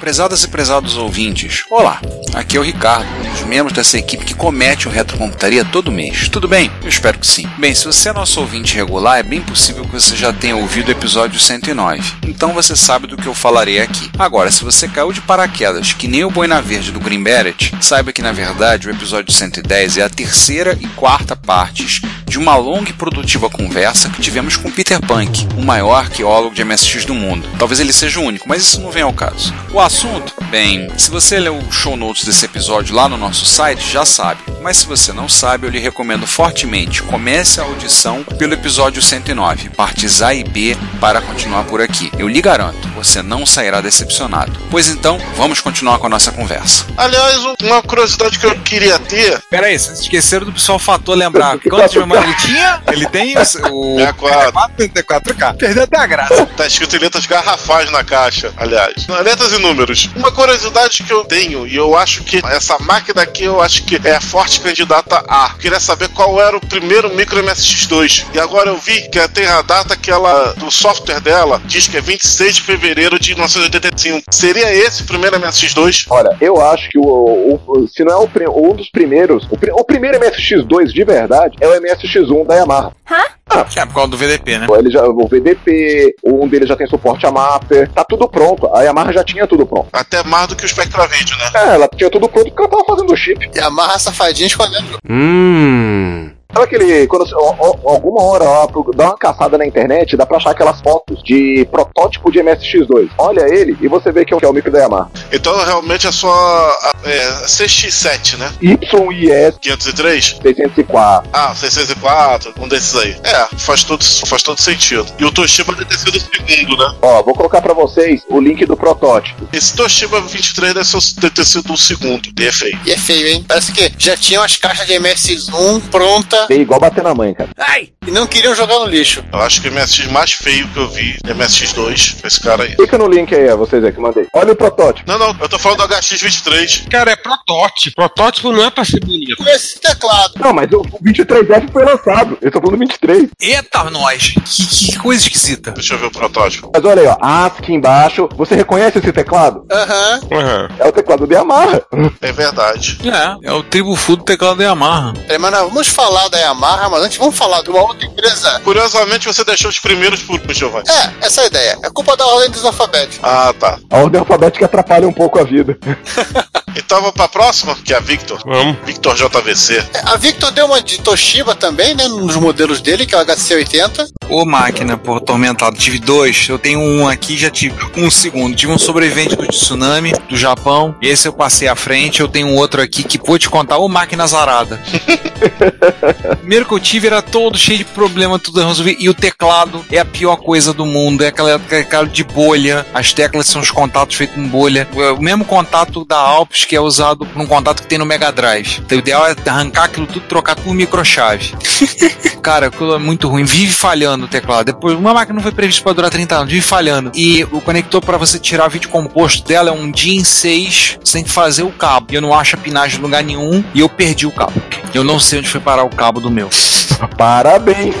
Prezadas e prezados ouvintes, olá! Aqui é o Ricardo, um dos membros dessa equipe que comete o Retrocomputaria todo mês. Tudo bem? Eu espero que sim. Bem, se você é nosso ouvinte regular, é bem possível que você já tenha ouvido o episódio 109. Então você sabe do que eu falarei aqui. Agora, se você caiu de paraquedas, que nem o Boina Verde do Green Beret, saiba que na verdade o episódio 110 é a terceira e quarta partes de uma longa e produtiva conversa que tivemos com Peter Punk, o maior arqueólogo de MSX do mundo. Talvez ele seja o único, mas isso não vem ao caso. O assunto? Bem, se você leu o show notes desse episódio lá no nosso site, já sabe. Mas se você não sabe, eu lhe recomendo fortemente, comece a audição pelo episódio 109, partes A e B, para continuar por aqui. Eu lhe garanto, você não sairá decepcionado. Pois então, vamos continuar com a nossa conversa. Aliás, um- uma curiosidade que eu queria ter Pera aí, vocês esqueceram do pessoal fator lembrar quantos de memória ele tinha? Ele tem o, o 64. 64K. Perdeu até a graça. é tá escrito em letras garrafais na caixa, aliás. Não, Letras e números. Uma curiosidade que eu tenho, e eu acho que essa máquina aqui eu acho que é forte candidata a. Eu Queria saber qual era o primeiro micro MSX2. E agora eu vi que tem a data que ela. do software dela diz que é 26 de fevereiro de 1985. Seria esse o primeiro MSX2? Olha, eu acho que o, o- o- se não é o, pri- um dos primeiros, o, pri- o primeiro MSX2 de verdade é o MSX1 da Yamaha. É, por causa do VDP, né? Ele já, o VDP, um deles já tem suporte a Mapper, tá tudo pronto. A Yamaha já tinha tudo pronto. Até mais do que o Spectra Video, né? É, ela tinha tudo pronto porque ela tava fazendo o chip. E amarra safadinha escolhendo. Hum. Sabe aquele, quando você- ó- ó- alguma hora ó, pro- dá uma caçada na internet, dá pra achar aquelas fotos de protótipo de MSX2. Olha ele e você vê que é o, que é o micro da Yamaha. Então realmente é só. a- É, CX7, né? YIS 503? 604. Ah, 604, um desses aí. É, faz todo, faz todo sentido. E o Toshiba deve ter sido o segundo, né? Ó, vou colocar pra vocês o link do protótipo. Esse Toshiba 23 deve ser o- deve ter sido o segundo. E é feio. E é feio, hein? Parece que já tinham as caixas de MS1 pronta Dei igual bater na mãe, cara. e não queriam jogar no lixo. Eu acho que é o MSX mais feio que eu vi é MSX2, esse cara aí. Clica no link aí, ó, vocês aí que eu mandei. Olha o protótipo. Não, não, eu tô falando do HX23. Cara, é protótipo. Protótipo não é pra ser bonito. Com esse teclado. Não, mas o o 23F foi lançado. Eu tô falando do 23. Eita, nós! Que, que coisa esquisita. Deixa eu ver o protótipo. Mas olha aí, ó. ASCII embaixo. Você reconhece esse teclado? Aham. Uhum. É o teclado de Yamaha. É verdade. É, é o tribo full do teclado da Yamaha. Peraí, mas nós vamos falar da Yamaha, mas antes vamos falar de uma outra empresa. Curiosamente, você deixou os primeiros por último, Giovanni. É, essa é a ideia. É culpa da ordem dos alfabetos. Ah, tá. A ordem alfabética atrapalha um pouco a vida. Então vamos pra próxima, que é a Victor. Vamos. Victor JVC. É, A Victor deu uma de Toshiba também, né? Nos modelos dele, que é o HC80. Ô máquina, pô, atormentado. Tive dois. Eu tenho um aqui, já tive um segundo. Tive um sobrevivente do tsunami do Japão. Esse eu passei à frente. Eu tenho um outro aqui que vou te contar. Ô máquina zarada. O primeiro que eu tive era todo cheio de problema, tudo resolvido. E o teclado é a pior coisa do mundo. É aquela aquele teclado de bolha. As teclas são os contatos feitos em bolha. É O mesmo contato da Alps que é usado num contato que tem no Mega Drive. Então, o ideal é arrancar aquilo tudo e trocar por microchave. Cara, aquilo é muito ruim. Vive falhando o teclado. Depois, uma máquina não foi prevista pra durar 30 anos, vive falhando. E o conector pra você tirar vídeo composto dela é um DIN 6. Você tem que fazer o cabo. E eu não acho a pinagem em lugar nenhum. E eu perdi o cabo. Eu não sei onde foi parar o cabo do meu. Parabéns.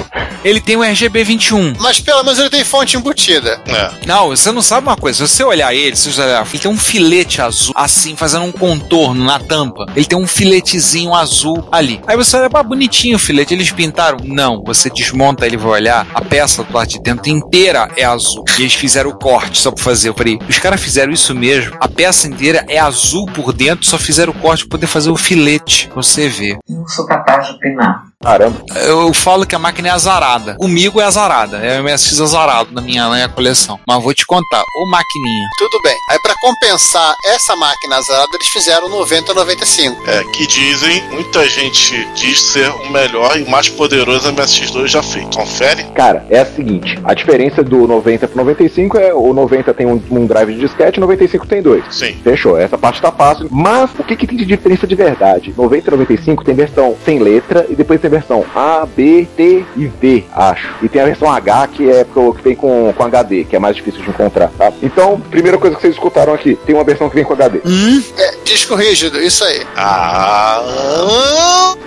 Ele tem um RGB 21. Mas pelo menos ele tem fonte embutida. É. Não, você não sabe uma coisa. Se você olhar ele, se você olhar, ele tem um filete azul, assim, fazendo um contorno na tampa. Ele tem um filetezinho azul ali. Aí você olha, pá, bonitinho o filete. Eles pintaram? Não. Você desmonta ele, vai olhar. A peça do lado de dentro inteira é azul. E eles fizeram o corte só pra fazer. Eu falei, os caras fizeram isso mesmo. A peça inteira é azul por dentro, só fizeram o corte pra poder fazer o filete. Você vê. Não sou capaz de opinar. Caramba. Eu falo que a máquina é azarada. O Migo é azarada. É o MSX azarado na minha, na minha coleção. Mas vou te contar. Ô maquininha. Tudo bem. Aí pra compensar essa máquina azarada, eles fizeram 90 95. É, que dizem, muita gente diz ser o melhor e mais poderoso MSX2 já feito. Confere? Cara, é a seguinte: a diferença do 90 pro 95 é o 90 tem um, um drive de disquete, 95 tem dois. Sim. Fechou, essa parte tá fácil. Mas o que, que tem de diferença de verdade? 90 e 95 tem versão sem letra e depois tem versão A, B, T e V, acho. E tem a versão H que é pro- que vem com, com HD, que é mais difícil de encontrar. Tá? Então, primeira coisa que vocês escutaram aqui, tem uma versão que vem com HD. Hum? É, Disco rígido, isso aí. Ah,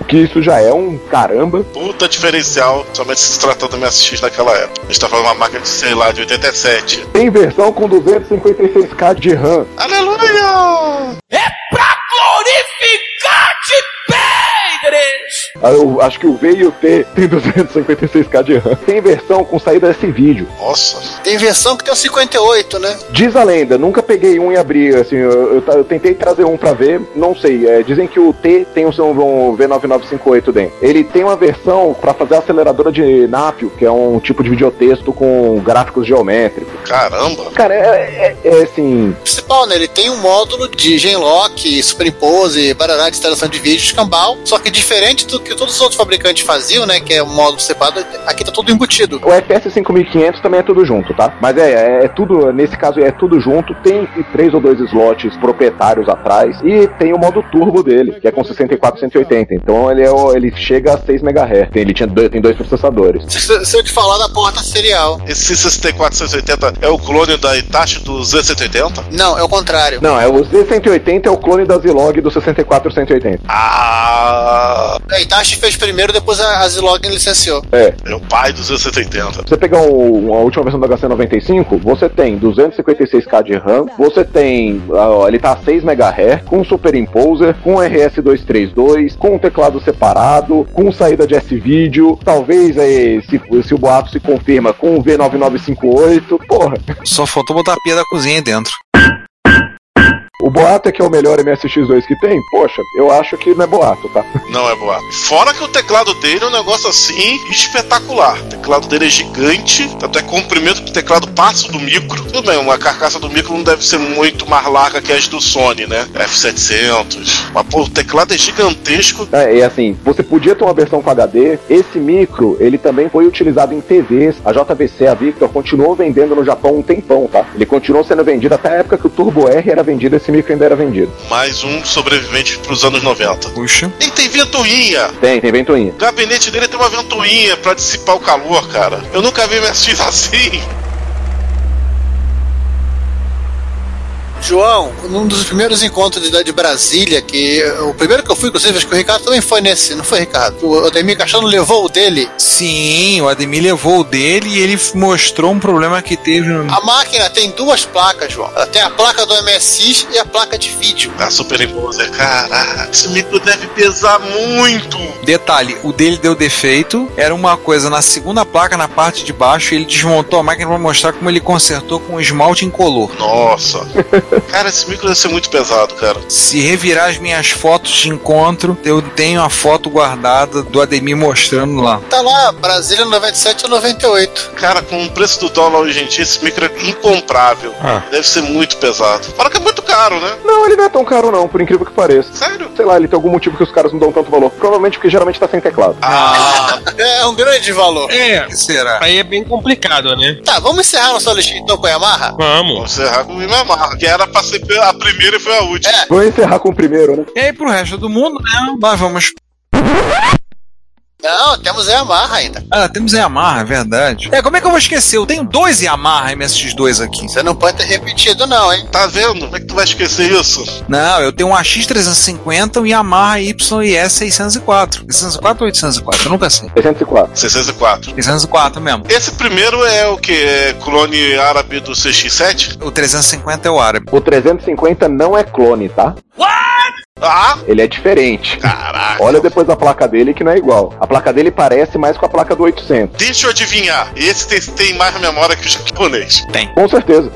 Que isso já é um caramba. puta diferencial, somente se tratando do MSX naquela época. A gente tá falando de uma máquina de, sei lá, de 87. Tem versão com 256k de RAM. Aleluia! Ah, Eu acho que o V e o T tem 256k de RAM. Tem versão com saída esse vídeo. Nossa, Tem versão que tem o 58, né? Diz a lenda, nunca peguei um e abri, assim, eu, eu ta- eu tentei trazer um pra ver, não sei. é, dizem que o T tem o seu um V9958 dentro. Ele tem uma versão pra fazer a aceleradora de Napio, que é um tipo de videotexto com gráficos geométricos. caramba! Cara, é, é- é, assim. principal, né? Ele tem um módulo de Genlock, Superimpose, barará de instalação de vídeo, escambau. Só que diferente do que todos os outros fabricantes faziam, né? Que é um módulo separado, aqui tá tudo embutido. O FS5500 também é tudo junto, tá? Mas é, é, é tudo, nesse caso é tudo junto. Tem três ou dois slots proprietários atrás e tem o modo turbo dele, que é com 64 180. Então ele, é, o- ele chega a 6 MHz. Tem- Ele tinha dois- tem dois processadores. Se, se eu te falar da porta serial. Esse 64680 é o clone da Itachi do Z180? Não, é o contrário. Não, é o Z180 é o clone da Zilog do 64180. Ah, A Itachi fez primeiro, depois a, a Zilog licenciou. é o pai do Z180. Você pegar o- a última versão do HC95, você tem 256K de RAM, você tem. ó, ele tá a 6 MHz, com Superimposer, com RS232, com um teclado separado, com saída de S-Vídeo, talvez aí, se, se o boato se confirma, com um o V9958. Porra, Só faltou botar a pia da cozinha dentro. o boato é que é o melhor MSX2 que tem? Poxa, eu acho que não é boato, tá? Não é boa. Fora que o teclado dele é um negócio assim espetacular. O teclado dele é gigante, tanto é comprimento do teclado passa do micro. Tudo bem, uma carcaça do micro não deve ser muito mais larga que as do Sony, né? F700. Mas pô, o teclado é gigantesco. É, e assim, você podia ter uma versão com HD. Esse micro, ele também foi utilizado em TVs. A JVC, a Victor, continuou vendendo no Japão um tempão, tá? Ele continuou sendo vendido até a época que o Turbo R era vendido, esse micro ainda era vendido. Mais um sobrevivente pros anos 90. Puxa. Ele tem ventoinha. Tem, tem ventoinha. O gabinete dele tem uma ventoinha pra dissipar o calor, cara. Eu nunca vi MSX assim. João, num dos primeiros encontros de, de Brasília, que o primeiro que eu fui, inclusive, acho que o Ricardo também foi nesse, não foi, Ricardo? O Ademir Cachano levou o dele. Sim, o Ademir levou o dele e ele mostrou um problema que teve no A máquina tem duas placas, João. Ela tem a placa do MSX e a placa de vídeo. A Tá Super Imposer, caraca, esse micro deve pesar muito. Detalhe, o dele deu defeito, era uma coisa na segunda placa, na parte de baixo, e ele desmontou a máquina pra mostrar como ele consertou com esmalte incolor. Nossa. cara, esse micro deve ser muito pesado, cara. Se revirar as minhas fotos de encontro, eu tenho a foto guardada do Ademir mostrando lá. Tá lá, Brasília 97 ou 98. Cara, com o preço do dólar hoje em dia, esse micro é incomprável. Ah. Deve ser muito pesado. Fora que é muito caro, né? Não, ele não é tão caro não, por incrível que pareça. Sério? Sei lá, ele tem algum motivo que os caras não dão tanto valor. Provavelmente porque geralmente tá sem teclado. Ah, É um grande valor. É, O que será? aí é bem complicado, né? Tá, vamos encerrar nossa listinha então com a Yamaha? Vamos. vamos encerrar com o Imamarra, que era pra ser a primeira e foi a última. É. Vou encerrar com o primeiro, né? E aí pro resto do mundo, né? Nós vamos. Não, temos a Yamaha ainda. Ah, temos Yamaha, é verdade. É, como é que eu vou esquecer? Eu tenho dois Yamaha MSX2 aqui. Você não pode ter repetido, não, hein? Tá vendo? Como é que tu vai esquecer isso? Não, eu tenho um AX350, um Yamaha YS604. 604 ou 804? Eu nunca sei. 604. 604. 604 mesmo. Esse primeiro é o que? É clone árabe do CX7? O 350 é o árabe. O 350 não é clone, tá? Ah, Ele é diferente. caraca. Olha depois a placa dele que não é igual. A placa dele parece mais com a placa do 800. Deixa eu adivinhar. Esse tem, tem mais memória que o japonês. Com certeza.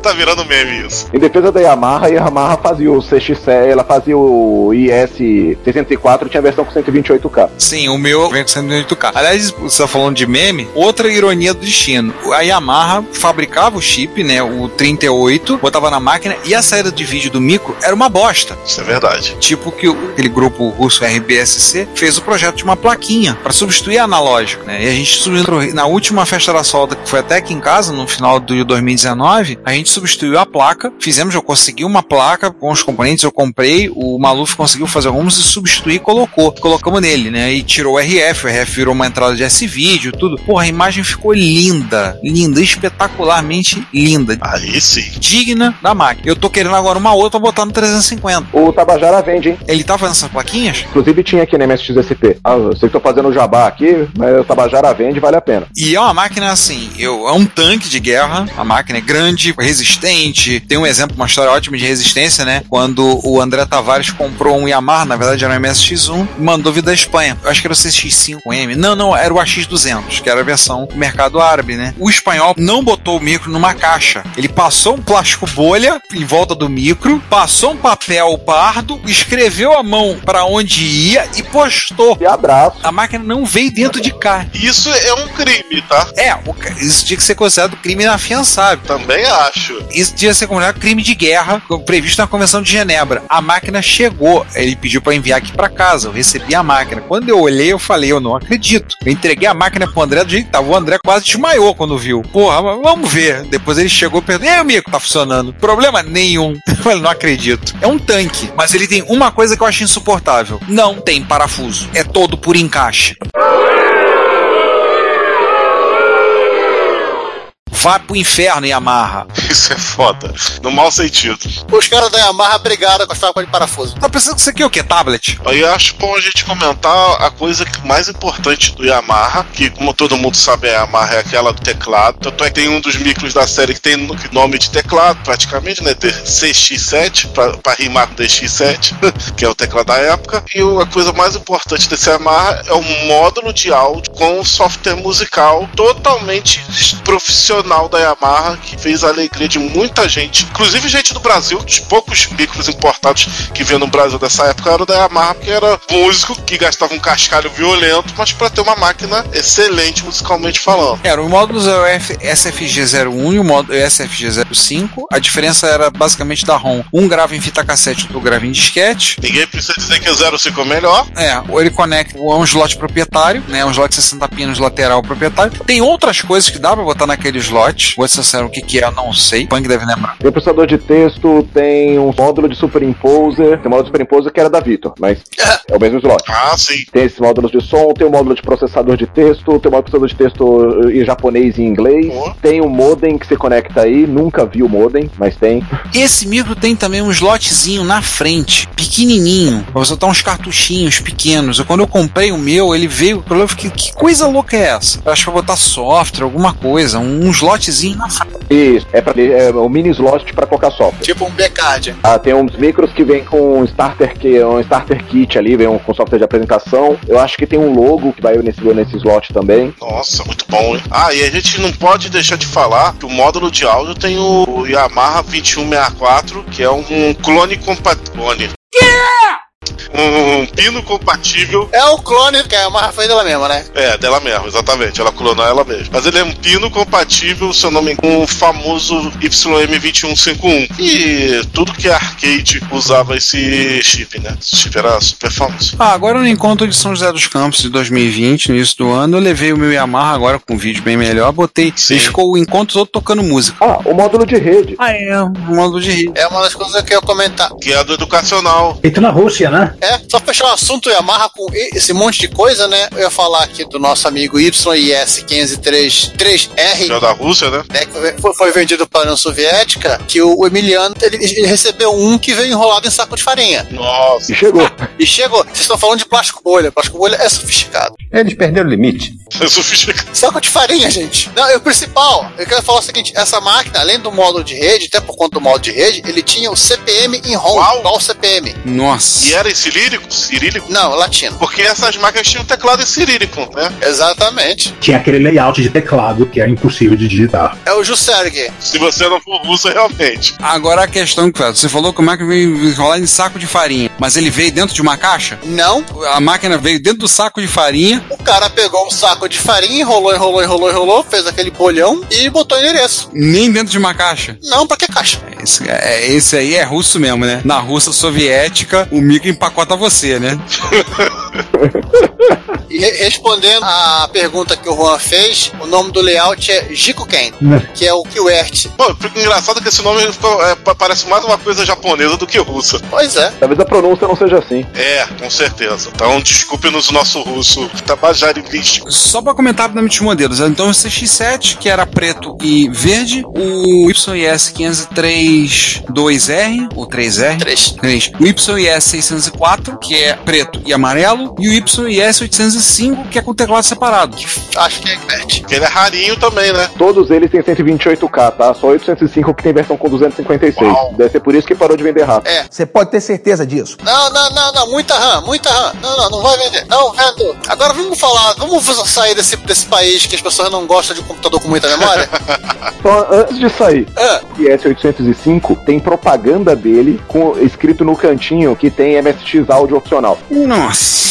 tá virando meme isso. Em defesa da Yamaha, a Yamaha fazia o CX, ela fazia o IS-64, tinha a versão com 128K. Sim, o meu vem com 128K. Aliás, você tá falando de meme, outra ironia do destino. A Yamaha fabricava o chip, né, o 38, botava na máquina e a saída de vídeo do micro era uma bosta. Isso é verdade. Tipo que o- aquele grupo russo RBSC fez o projeto de uma plaquinha para substituir a analógico, né? E a gente substituiu na última festa da solda, que foi até aqui em casa, no final de 2019, a gente substituiu a placa. Fizemos, eu consegui uma placa com os componentes, eu comprei, o Maluf conseguiu fazer alguns e substituir e colocou. Colocamos nele, né? E tirou o RF, o RF virou uma entrada de S-vídeo, tudo. Porra, a imagem ficou linda, linda, espetacularmente linda. Aí sim. Digna da máquina. Eu tô querendo agora uma outra pra botar no 350. O Tabajara vende, hein? Ele tá fazendo essas plaquinhas? Inclusive tinha aqui na MSXSP. Ah, eu sei que tô fazendo jabá aqui, mas o Tabajara vende, vale a pena. E é uma máquina assim, eu, é um tanque de guerra. A máquina é grande, resistente. Tem um exemplo, uma história ótima de resistência, né? Quando o André Tavares comprou um Yamaha, na verdade era um MSX1, e mandou vir da Espanha. Eu acho que era o CX5M. Não, não, era o AX200, que era a versão do mercado árabe, né? O espanhol não botou o micro numa caixa. Ele passou um plástico bolha em volta do micro, passou um papel pardo, escreveu a mão pra onde ia e postou. E abraço. A máquina não veio dentro de cá. Isso é um crime, tá? É, o ca- isso tinha que ser considerado crime inafiançável. Também acho. Isso tinha que ser considerado crime de guerra, co- previsto na Convenção de Genebra. A máquina chegou, ele pediu pra enviar aqui pra casa, eu recebi a máquina. Quando eu olhei, eu falei, eu não acredito. Eu entreguei a máquina pro André do jeito que tava, o André quase desmaiou quando viu. Porra, mas vamos ver. Depois ele chegou e perguntou, é amigo, tá funcionando. Problema nenhum. Eu falei, não acredito. É um tanque, mas ele tem uma coisa que eu acho insuportável. Não tem parafuso, é todo por encaixe. Vá pro inferno, Yamaha. Isso é foda. No mau sentido. Os caras da Yamaha brigaram com as facas de parafuso. Tá pensando que isso aqui é o quê? Tablet? Aí eu acho bom a gente comentar a coisa que- mais importante do Yamaha, que como todo mundo sabe, a Yamaha é aquela do teclado. Tanto é que tem um dos micros da série que tem no- que nome de teclado, praticamente, né? Ter CX7, pra, pra rimar com DX7, que é o teclado da época. E o- a coisa mais importante desse Yamaha é o módulo de áudio com um software musical totalmente profissional da Yamaha, que fez a alegria de muita gente, inclusive gente do Brasil, dos poucos micros importados que vinha no Brasil dessa época era o da Yamaha, porque era músico que gastava um cascalho violento, mas pra ter uma máquina excelente musicalmente falando. Era o módulo SFG01 e o módulo SFG05. A diferença era basicamente da ROM. Um grava em fita cassete, outro grava em disquete. Ninguém precisa dizer que o 05 é melhor. É, ou ele conecta ou é um slot proprietário, né? Um slot 60 pinos lateral proprietário. Tem outras coisas que dá pra botar naquele slot. Vou ser sincero, o que que é, eu não sei. Punk deve lembrar. Tem um processador de texto, tem um módulo de superimposer. Tem um módulo de superimposer que era da Vitor, mas é o mesmo slot. Ah, sim. Tem esses módulos de som, tem o módulo de processador de texto, tem o módulo de processador de texto eh, em japonês e em inglês. Ó. Tem o modem que se conecta aí, nunca vi o modem, mas tem. Esse micro tem também um slotzinho na frente, pequenininho, pra você botar uns cartuchinhos pequenos. Eu, quando eu comprei o meu, ele veio, eu fiquei, que coisa louca é essa? Eu acho que eu vou botar software, alguma coisa, um slotzinho na frente. Isso, é para é um mini slot pra colocar software. Tipo um B-card. Ah, tem uns micros que vem com um starter, que, um starter kit ali, vem um, com software de apresentação. Eu acho que tem um logo que vai nesse, nesse slot também. Nossa, muito bom, hein? Ah, e a gente não pode deixar de falar que o módulo de áudio tem o o Yamaha 2164, que é um clone compatível. Um pino compatível É o clone que a Yamaha fez dela mesma, né? É, dela mesma, exatamente. Ela clonou ela mesma. Mas ele é um pino compatível, se eu não me engano, com o famoso YM2151. E tudo que é arcade usava esse chip, né? Esse chip era super famoso. Ah, agora no encontro de São José dos Campos de 2020, no início do ano, eu levei o meu Yamaha agora com um vídeo bem melhor, botei, Sim. e ficou o encontro todo tocando música. Ah, o módulo de rede. Ah, é, um modo de rir. É uma das coisas que eu ia comentar. Que é do educacional. Feito na Rússia. né? É, só pra fechar o assunto Yamaha com e- esse monte de coisa, né? Eu ia falar aqui do nosso amigo YIS-15333R, Já da Rússia, né? né, que foi- foi, foi vendido para a União Soviética, que o, o Emiliano ele, ele recebeu um que veio enrolado em saco de farinha. Nossa. E chegou. E chegou, vocês estão falando de plástico bolha, plástico bolha é sofisticado. Eles perderam o limite. É sofisticado. Saco de farinha, gente. Não, e o principal, eu quero falar o seguinte: essa máquina, além do módulo de rede, até por conta do módulo de rede, ele tinha o CPM em ROM. Uau. Qual o CPM? Nossa. E é? era em cirílico? Cirílico? Não, latino. Porque essas máquinas tinham teclado em cirílico, né? Exatamente. Tinha aquele layout de teclado que era impossível de digitar. É o Jusserg. Se você não for russo, é realmente. Agora a questão, cara, você falou é que o máquina veio enrolar em saco de farinha, mas ele veio dentro de uma caixa? Não, A máquina veio dentro do saco de farinha. o cara pegou um saco de farinha, enrolou, enrolou, enrolou, enrolou, fez aquele bolhão e botou o endereço. Nem dentro de uma caixa. Não, pra que caixa? Esse, é- esse aí é russo mesmo, né? Na Rússia soviética, o micro empacota você, né? E re- respondendo a pergunta que o Juan fez, o nome do layout é Jikuken, que é o QWERT. Pô, fica engraçado que esse nome ficou- é, pa- parece mais uma coisa japonesa do que russa. Pois é. Talvez a pronúncia não seja assim. É, com certeza. Então, desculpe-nos o nosso russo tá tabajarilístico. Só pra comentar rapidamente os modelos. Então o CX7, que era preto e verde, o YS503-2R, ou 3R, 3. 3. O YS604, que é preto e amarelo, e o YS805, que é com teclado separado. Acho que é QWERT. Ele é rarinho também, né? Todos eles têm 128K, tá? Só 805 que tem versão com 256. Uau. Deve ser por isso que parou de vender rápido. Você pode ter certeza disso. Não, não, não, não, muita RAM, muita RAM. Não, não, não vai vender. Não, vendo. Agora vamos falar, vamos sair desse, desse país que as pessoas não gostam de um computador com muita memória? Só antes de sair, Ah, o S805 tem propaganda dele com, escrito no cantinho que tem MSX áudio opcional. Nossa.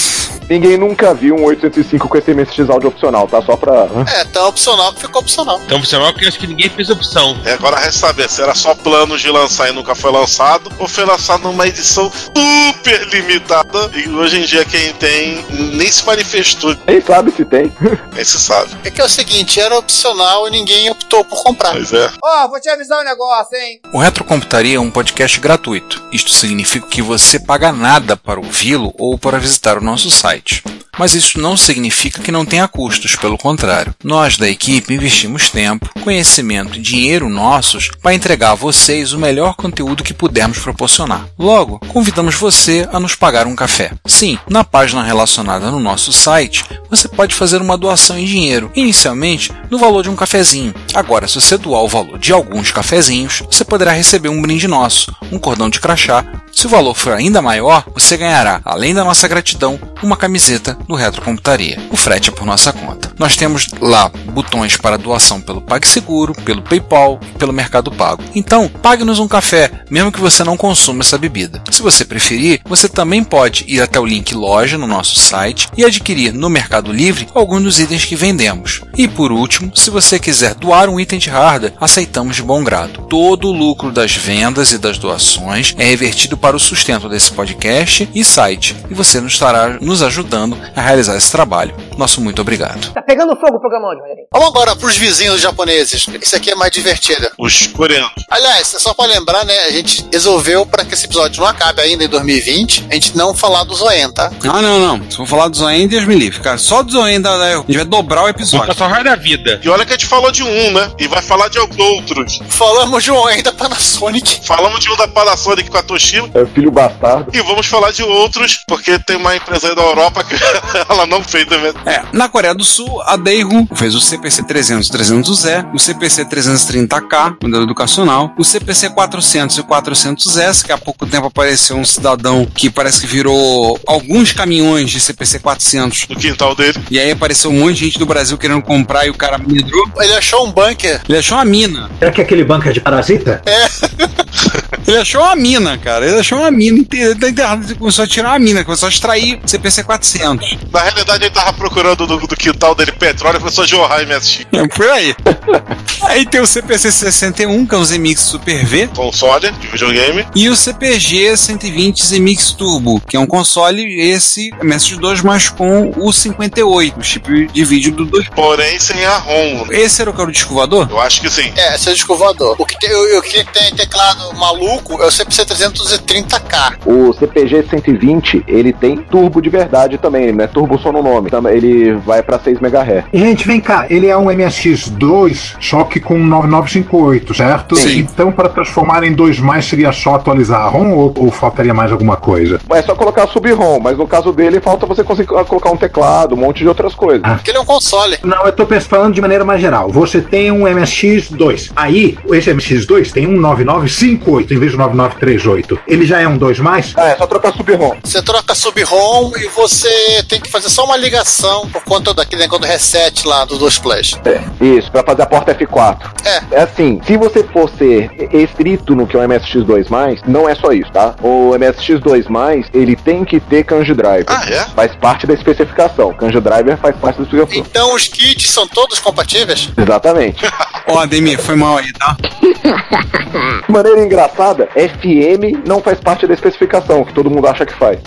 Ninguém nunca viu um 805 com esse MSX áudio opcional, tá? Só pra. é tão opcional que ficou opcional. Então, funcional porque eu acho que ninguém fez opção. É, agora resta saber se era só planos de lançar e nunca foi lançado, ou foi lançado numa edição super limitada. E hoje em dia quem tem nem se manifestou, Nem sabe se tem. nem se sabe. É que é o seguinte, era opcional e ninguém optou por comprar. Mas é. Ó, vou te avisar um negócio, hein? O Retrocomputaria é um podcast gratuito. Isto significa que você paga nada para ouvi-lo ou para visitar o nosso site. Mas isso não significa que não tenha custos, pelo contrário. Nós da equipe investimos tempo, conhecimento e dinheiro nossos para entregar a vocês o melhor conteúdo que pudermos proporcionar. Logo, convidamos você a nos pagar um café. Sim, na página relacionada no nosso site, você pode fazer uma doação em dinheiro, inicialmente no valor de um cafezinho. Agora, se você doar o valor de alguns cafezinhos, você poderá receber um brinde nosso, um cordão de crachá. Se o valor for ainda maior, você ganhará, além da nossa gratidão, uma camiseta do Retrocomputaria. O frete é por nossa conta. Nós temos lá botões para doação pelo PagSeguro, pelo PayPal e pelo Mercado Pago. Então, pague-nos um café, mesmo que você não consuma essa bebida. Se você preferir, você também pode ir até o link loja no nosso site e adquirir no Mercado Livre alguns dos itens que vendemos. E por último, se você quiser doar um item de hardware, aceitamos de bom grado. Todo o lucro das vendas e das doações é revertido para o sustento desse podcast e site, e você nos estará nos ajudando a realizar esse trabalho. Nosso muito obrigado. Tá pegando fogo o programa onde, Rogerinho? Vamos agora pros vizinhos japoneses. Esse aqui é mais divertido. Os coreanos. Aliás, só pra lembrar, né? A gente resolveu, pra que esse episódio não acabe ainda em 2020, a gente não falar do Zoen, tá? Ah, não, não. Se for falar do Zoen, Deus me livre, cara. Só do Zoen, da- da- a gente vai dobrar o Vou episódio. passar o raio da vida. E olha que a gente falou de um, né? E vai falar de outros. Falamos de um ainda Panasonic. Falamos de um da Panasonic com a Toshiba. É filho bastardo. E vamos falar de outros, porque tem uma empresa aí da Europa que ela não fez também. É, na Coreia do Sul, a Daewoo fez o CPC 300 300Z, o CPC 330K, um modelo educacional, o CPC 400 e 400S, que há pouco tempo apareceu um cidadão que parece que virou alguns caminhões de CPC 400, no quintal dele. e aí apareceu um monte de gente do Brasil querendo comprar e o cara medrou. Ele achou um bunker. Ele achou uma mina. Será é que aquele bunker de parasita? Ele achou uma mina, cara. Ele achou uma mina inteira. Ele tá enterrado, ele começou a tirar uma mina, começou a extrair CPC 400. Na realidade, ele tava procurando do, do quintal dele petróleo e começou a jorrar MSX. É por aí. aí tem o CPC 61, que é o Zemix Super V, Console de videogame. E o CPG 120 Zemix Turbo, que é um console, esse é MS2, mas com o 58, o chip de vídeo do 2. Porém, sem a ROM. né? Esse era o cara do disco voador? Eu acho que sim. É, seu disco voador. O que tem, o, o que tem teclado maluco maluco é o CPC 330K. O CPG 120, ele tem turbo de verdade também, ele não é turbo só no nome. Tam- Ele vai pra 6 MHz. Gente, vem cá, ele é um MSX2, só que com um 9958, certo? Sim. Então, para transformar em 2 mais, seria só atualizar a ROM ou, ou faltaria mais alguma coisa? É só colocar sub-ROM, mas no caso dele falta você conseguir ah, colocar um teclado, um monte de outras coisas. Ah. Porque ele é um console. Não, eu tô pens- falando de maneira mais geral. Você tem um MSX2. Aí, esse MSX2 tem um 9958 em vez de 9938. Ele já é um 2 mais? Ah, é só trocar sub-ROM. Você troca sub-ROM e você tem que fazer só uma ligação por conta daquele negócio do reset lá do dois plays. É. Isso, pra fazer a porta F4. É. É assim, se você for ser estrito no que é um MSX2+, não é só isso, tá? O MSX2+, ele tem que ter Kanji Driver. Ah, é? Faz parte da especificação. Kanji Driver faz parte da especificação. Então os kits são todos compatíveis? Exatamente. Ó, Ademir, foi mal aí, tá? De maneira engraçada, FM não faz parte da especificação, que todo mundo acha que faz.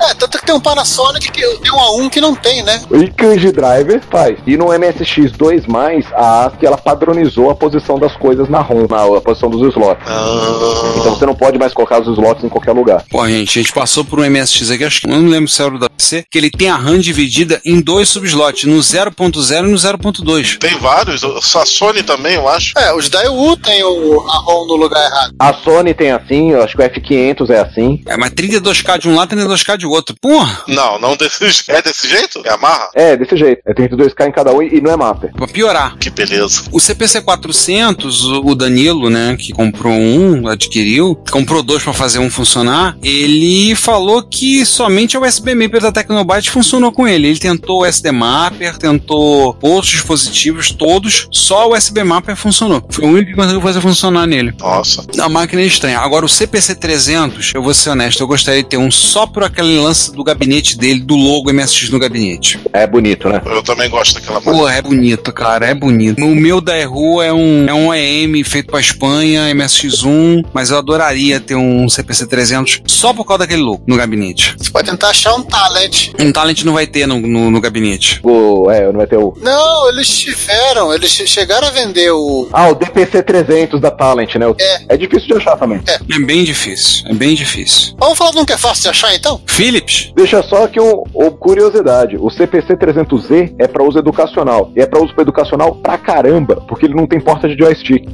É, tanto que tem um Panasonic que tem um A1 que não tem, né? E Kanji Driver faz. E no MSX2, a ASCII ela padronizou a posição das coisas na ROM, na a posição dos slots. Ah. Então você não pode mais colocar os slots em qualquer lugar. Pô, gente, a gente passou por um MSX aqui, acho que eu não lembro se era o da PC, que ele tem a RAM dividida em dois subslots, no 0.0 e no 0.2. Tem vários, a Sony também, eu acho. É, os Daewoo tem o a ROM no lugar errado. A Sony tem assim, eu acho que o F500 é assim. É, mas 32K de um lado e 32K de outro. Porra, Não, não desse je- É desse jeito? É amarra? É, desse jeito. É 32K em cada um e e não é mapper. pra piorar. Que beleza. O CPC 400, o- o Danilo, né, que comprou um, adquiriu, comprou dois pra fazer um funcionar, ele falou que somente a USB Mapper da Tecnobyte funcionou com ele. Ele tentou o SD Mapper, tentou outros dispositivos, todos, só o USB Mapper funcionou. Foi o único que conseguiu fazer funcionar nele. Nossa. A máquina é estranha. Agora, o CPC 300, eu vou ser honesto, eu gostaria de ter um só por aquele lance do gabinete dele, do logo MSX no gabinete. É bonito, né? Eu também gosto daquela máquina. Pô, é bonito, cara, é bonito. O meu da Erru é um, é um AM feito pra Espanha, MSX1, mas eu adoraria ter um CPC 300 só por causa daquele logo no gabinete. Você pode tentar achar um Talent. Um talent não vai ter no, no, no gabinete. O, é, não vai ter o. Não, eles tiveram, eles che- chegaram a vender o. Ah, o DPC 300 da Talent, né? O- É. É difícil de achar também. É bem difícil, é bem difícil. Vamos falar de um que é fácil de achar então? Philips? Deixa só aqui um, um curiosidade. O CPC 300Z é pra uso educacional. E é pra uso educacional pra caramba, porque ele não tem porta de joystick.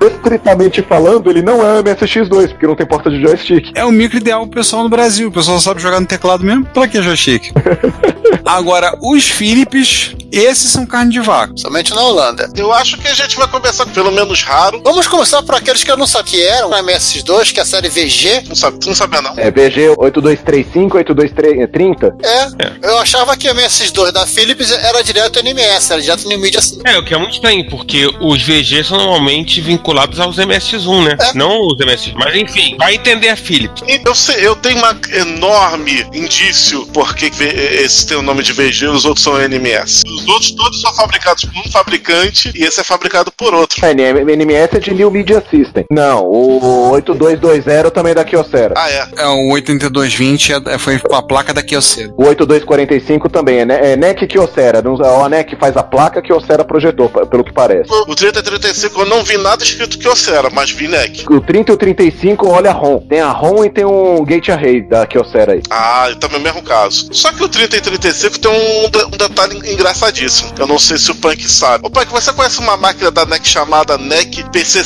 Estritamente falando, ele não é MSX2, porque não tem porta de joystick. É o micro ideal pro pessoal no Brasil. O pessoal sabe jogar no teclado mesmo. Pra que joystick? Agora, os Philips, esses são carne de vaca. Somente na Holanda. Eu acho que a gente vai começar com pelo menos raro. Vamos começar por aqueles que eu não sabia que eram, na MS2, que é a série VG. Não sabe, tu não sabia, não. É VG 8235, 8230. É, eu achava que a MS2 da Philips era direto NMS, era direto no Media Center. É, o que é muito estranho, porque os VG são normalmente vinculados aos MSX1, né? É. Não os MSX, mas enfim, vai entender a Philips. E Eu, sei, eu tenho uma enorme indício porque que V- esse tem o nome de VG e os outros são NMS. Os outros todos são fabricados por um fabricante e esse é fabricado por outro. NMS é de New Media System. Não, o 8220 também é da Kyocera. Ah, é. É, o 8220 é- é- foi a placa da Kyocera. O 8245 também é, ne é NEC Kyocera. Não- é? A NEC faz a placa que Kyocera projetou, pa- pelo que parece. O 3035 eu não vi nada escrito que eu era, mas vi NEC. O 30 e o 35, olha a ROM. Tem a ROM e tem um Gate Array da Kyocera aí. Ah, também é o mesmo caso. Só que o 30 e 35 tem um, de- um detalhe engraçadíssimo. Eu não sei se o Punk sabe. Ô, Punk, você conhece uma máquina da NEC chamada NEC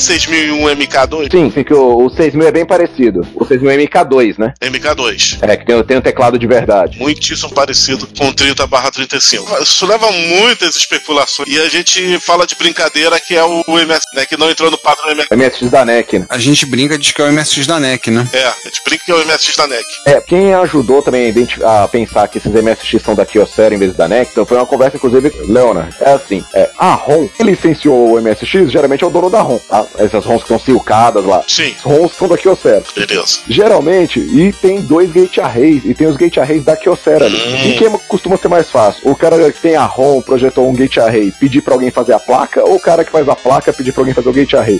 PC6001MK2? Sim, sim, que o, o 6000 é bem parecido. O 6000 é MK2, né? MK2. É, que tem, o- tem o teclado de verdade. Muitíssimo parecido com 30 barra 35. Isso leva a muitas especulações. E a gente fala de brincadeira que é o MS, né? Que não entrou no padrão MS. MSX da NEC, né? A gente brinca diz que é o MSX da NEC, né? É, a gente brinca que é o MSX da NEC. É, quem ajudou também a, identi- a pensar que esses MSX são da Kyocera em vez da NEC, então foi uma conversa, inclusive, Leona, é assim, é, a ROM, que licenciou o MSX, geralmente é o dono da ROM, tá? Essas ROMs que estão silcadas lá. Sim, As ROMs são da Kyocera. beleza. Geralmente, e tem dois gate arrays, e tem os gate arrays da Kyocera ali. Hum. E quem costuma ser mais fácil? O cara que tem a ROM, projetou um gate array, pedir pra alguém fazer a placa, ou o cara que faz a placa, pedir pra alguém fazer o gate array?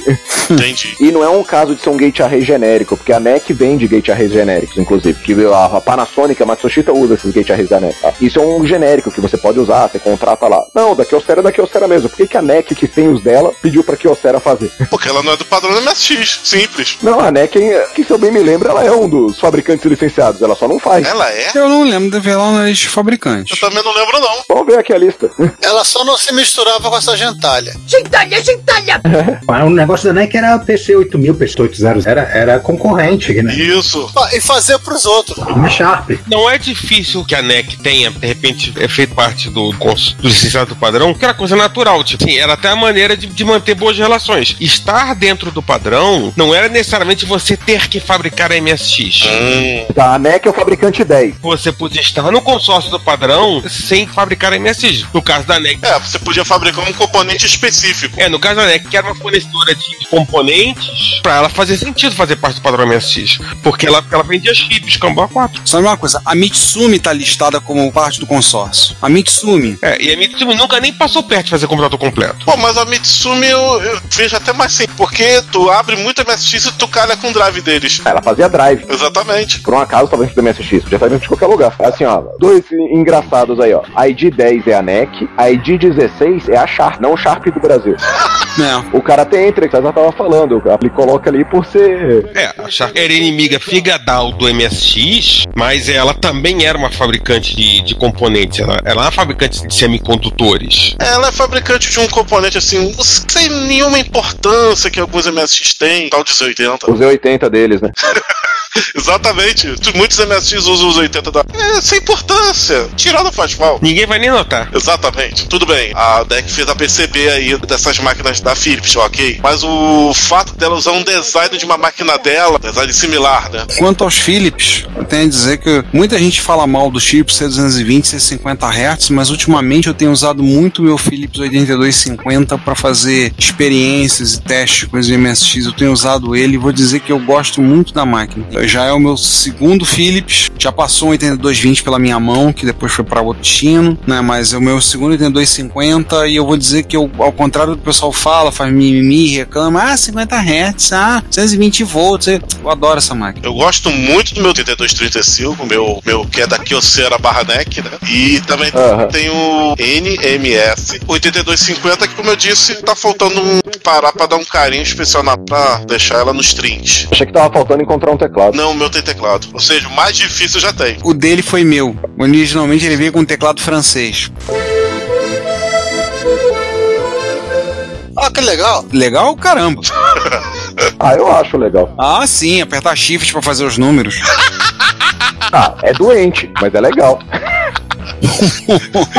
Entendi. E não é um caso de ser um gate array genérico, porque a NEC vende gate arrays genéricos, inclusive. Que a a Panasonic, a Matsushita usa esses gate arrays da NEC. tá? E Isso é um genérico que você pode usar, você contrata lá. Não, da Kyocera é da Kyocera mesmo. Por que, que a NEC, que tem os dela, pediu pra Kyocera fazer? Porque ela não é do padrão MSX. Simples. Não, a NEC, que se eu bem me lembro, ela é um dos fabricantes licenciados, ela só não faz. Ela é? Eu não lembro de ver lá na lista de Eu fabricantes. também não lembro, não. Vamos ver aqui a lista. Ela só não se misturava com essa gentalha. O negócio da NEC era PC8000, PC800, era, era concorrente, né? Isso. Ó, Ah, E fazer pros outros. Uma Sharp. Não é difícil que a NEC tenha, de repente, é feito parte do, cons- do licenciado do padrão, que era coisa natural. Tipo, assim, era até a maneira de, de manter boas relações. Estar dentro do padrão não era necessariamente você ter que fabricar a MSX. Hum. Tá, a NEC é o fabricante 10. Você podia estar no consórcio do padrão sem fabricar a MSX. No caso da NEC. É, você podia fabricar um componente específico. É, no caso da NEC, que era uma fornecedora de componentes, pra ela fazer sentido fazer parte do padrão MSX. Porque ela, ela vendia chips, Cambó 4. Sabe uma coisa? A Mitsumi tá listada como parte do consórcio. A Mitsumi. É, e a Mitsumi nunca nem passou perto de fazer computador completo. Pô, mas a Mitsumi eu, eu vejo até mais sim, porque tu abre muito MSX e tu calha com o drive deles. Ela fazia drive. Exatamente. Por um acaso, tá dentro do MSX, podia estar dentro de qualquer lugar. Assim, ó, dois engraçados aí, ó. A ID 10 é a NEC, a ID 16 é a Sharp, não o Sharp do Brasil. É. O cara tem entre, que já tava falando, ele coloca ali por ser. É, a Sharp era inimiga figadal do MSX, mas ela também era uma fabricante de, de componentes. Ela, ela é uma fabricante de semicondutores. Ela é fabricante de um componente assim, sem nenhuma importância que alguns MSX têm, tal de 80. O Z80 deles, né? Exatamente. Tu- Muitos MSX usam os 80 da. É, sem importância. Tirando faz mal. Ninguém vai nem notar. Exatamente. Tudo bem. A DEC fez a PCB aí dessas máquinas da Philips, ok. Mas o fato dela usar um design de uma máquina dela, um design similar, né? Quanto aos Philips, eu tenho a dizer que muita gente fala mal do chip C220, C50 Hz, mas ultimamente eu tenho usado muito meu Philips 8250 para fazer experiências e testes com os MSX. Eu tenho usado ele e vou dizer que eu gosto muito da máquina. Já é o meu segundo Philips, já passou um 8220 pela minha mão, que depois foi para outro destino, né? Mas é o meu segundo 8250 e eu vou dizer que eu, ao contrário do que o pessoal fala, faz mimimi, reclama, ah, 50 Hz, ah, 220 volts, eu adoro essa máquina. Eu gosto muito do meu 3235, meu, meu que é da Kyocera barra NEC, né? E também Aham. tem o NMS 8250, que como eu disse, tá faltando um parar pra dar um carinho especial na pra deixar ela nos strings. Achei que tava faltando encontrar um teclado. Não, o meu tem teclado. Ou seja, o mais difícil já tem. O dele foi meu. Originalmente ele veio com um teclado francês. Ó, Ah, que legal. Legal, caramba. Ah, eu acho legal. Ah, sim, apertar shift pra fazer os números. Ah, é doente, mas é legal.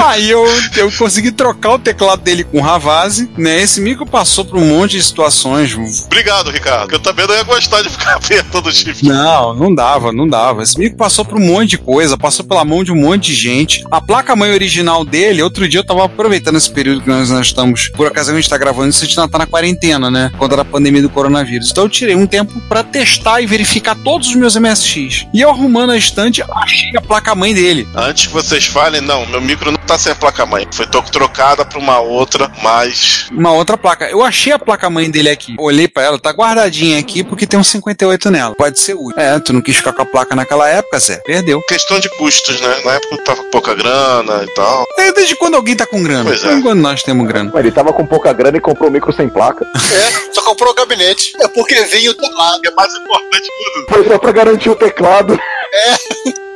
Aí eu, eu consegui trocar o teclado dele com o Ravase, né? Esse micro passou por um monte de situações. Obrigado, Ricardo. que Eu também não ia gostar de ficar apertando o shift. Não, não dava, não dava. Esse micro passou por um monte de coisa, passou pela mão de um monte de gente. A placa-mãe original dele, outro dia eu tava aproveitando esse período que nós, nós estamos, por acaso a gente tá gravando isso, a gente ainda tá na quarentena, né? Contra a pandemia do coronavírus. Então eu tirei um tempo pra testar e verificar todos os meus MSX. E eu arrumando a estante, achei a placa-mãe dele. Antes que vocês falem, não, meu micro não tá sem a placa-mãe. Foi to- trocada pra uma outra, mas. Uma outra placa. Eu achei a placa-mãe dele aqui. Olhei pra ela, tá guardadinha aqui porque tem um 58 nela. Pode ser útil. É, tu não quis ficar com a placa naquela época, Zé? Perdeu. Questão de custos, né? Na época tava com pouca grana e tal. É desde quando alguém tá com grana? Pois é. Desde quando nós temos grana? Ele tava com pouca grana e comprou um micro sem placa. É, só comprou o gabinete. É porque vinha o teclado. É mais importante de tudo. Foi só pra garantir o teclado.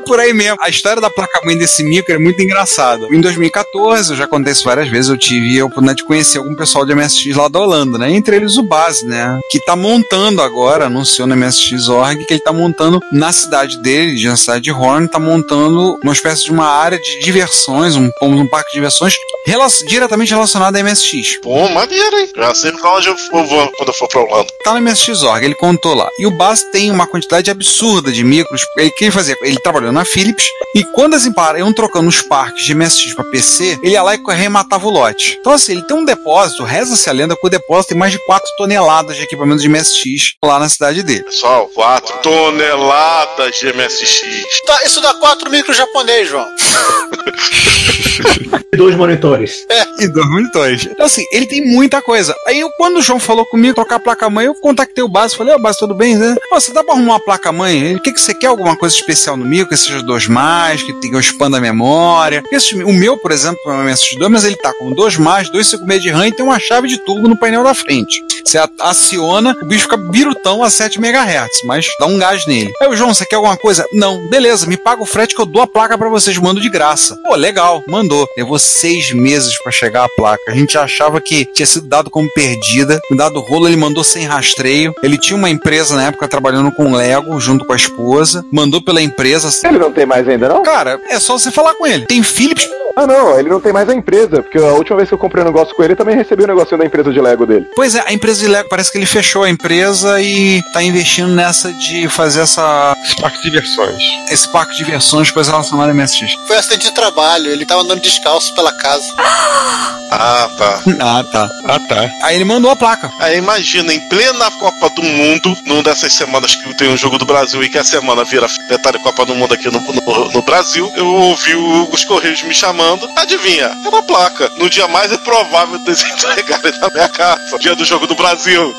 Por aí mesmo. A história da placa-mãe desse micro é muito engraçada. Em 2014, eu já contei isso várias vezes, eu tive a oportunidade de conhecer algum pessoal de MSX lá da Holanda, né? Entre eles o Base, né? Que tá montando agora, anunciou na MSX.org, que ele tá montando na cidade dele, na cidade de Horn, tá montando uma espécie de uma área de diversões, um, um parque de diversões rela- diretamente relacionado à MSX. Pô, maneiro, hein? Já sei pra onde eu vou vou quando eu for pra Holanda. tá no MSX.org, ele contou lá. E o Bass tem uma quantidade absurda de micros. Ele o que ele fazia? Ele trabalhou na Philips e quando as impar- iam trocando os parques de MSX pra PC, ele ia lá e co- arrematava o lote. Então, assim, ele tem um depósito, reza-se a lenda que o depósito tem mais de 4 toneladas de equipamento de MSX lá na cidade dele. Pessoal, 4 toneladas de MSX. Tá, isso dá quatro micros japonês, João. E dois monitores. e dois monitores. Então, assim, ele tem muita coisa. Aí, eu, quando o João falou comigo trocar a placa-mãe, eu contatei o Base, falei, ó, Base, tudo bem, né? Pô, você dá pra arrumar uma placa-mãe? Ele, O que, que você quer? Alguma coisa especial no micro, que seja dois mais, que tenha um expanda a memória. Esse- o meu, por exemplo, é um MS2, mas ele tá com dois mais, dois 56 de RAM e tem uma chave de turbo no painel da frente. Você a- aciona, o bicho fica birutão a 7 MHz, mas dá um gás nele. Aí o João, você quer alguma coisa? Não, beleza, me paga o frete que eu dou a placa pra vocês, mando de graça. Pô, legal, mandou. Levou seis meses pra chegar a placa. A gente achava que tinha sido dado como perdida. Dado rolo, ele mandou sem rastreio. Ele tinha uma empresa na época trabalhando com Lego, junto com a esposa. Mandou pela empresa. Ele não tem mais ainda, não? Cara, é só você falar com ele. Tem Philips Ah, não, ele não tem mais a empresa, porque a última vez que eu comprei um negócio com ele, eu também recebi um negocinho da empresa de Lego dele. Pois é, a empresa de Lego parece que ele fechou a empresa e tá investindo nessa de fazer essa, Parque de diversões. esse parque de diversões coisa relacionada a MSX. Foi um acidente de trabalho, ele tava andando descalço pela casa. Ah, tá. Ah, tá. Ah, tá. Aí ele mandou a placa. Aí imagina, em plena Copa do Mundo, numa dessas semanas que tem um jogo do Brasil e que a semana vira detalhe Copa do Mundo aqui no, no- no Brasil, eu ouvi o- os Correios me chamando. Adivinha? Era a placa. No dia mais improvável deles entregarem na minha casa. Dia do jogo do Brasil.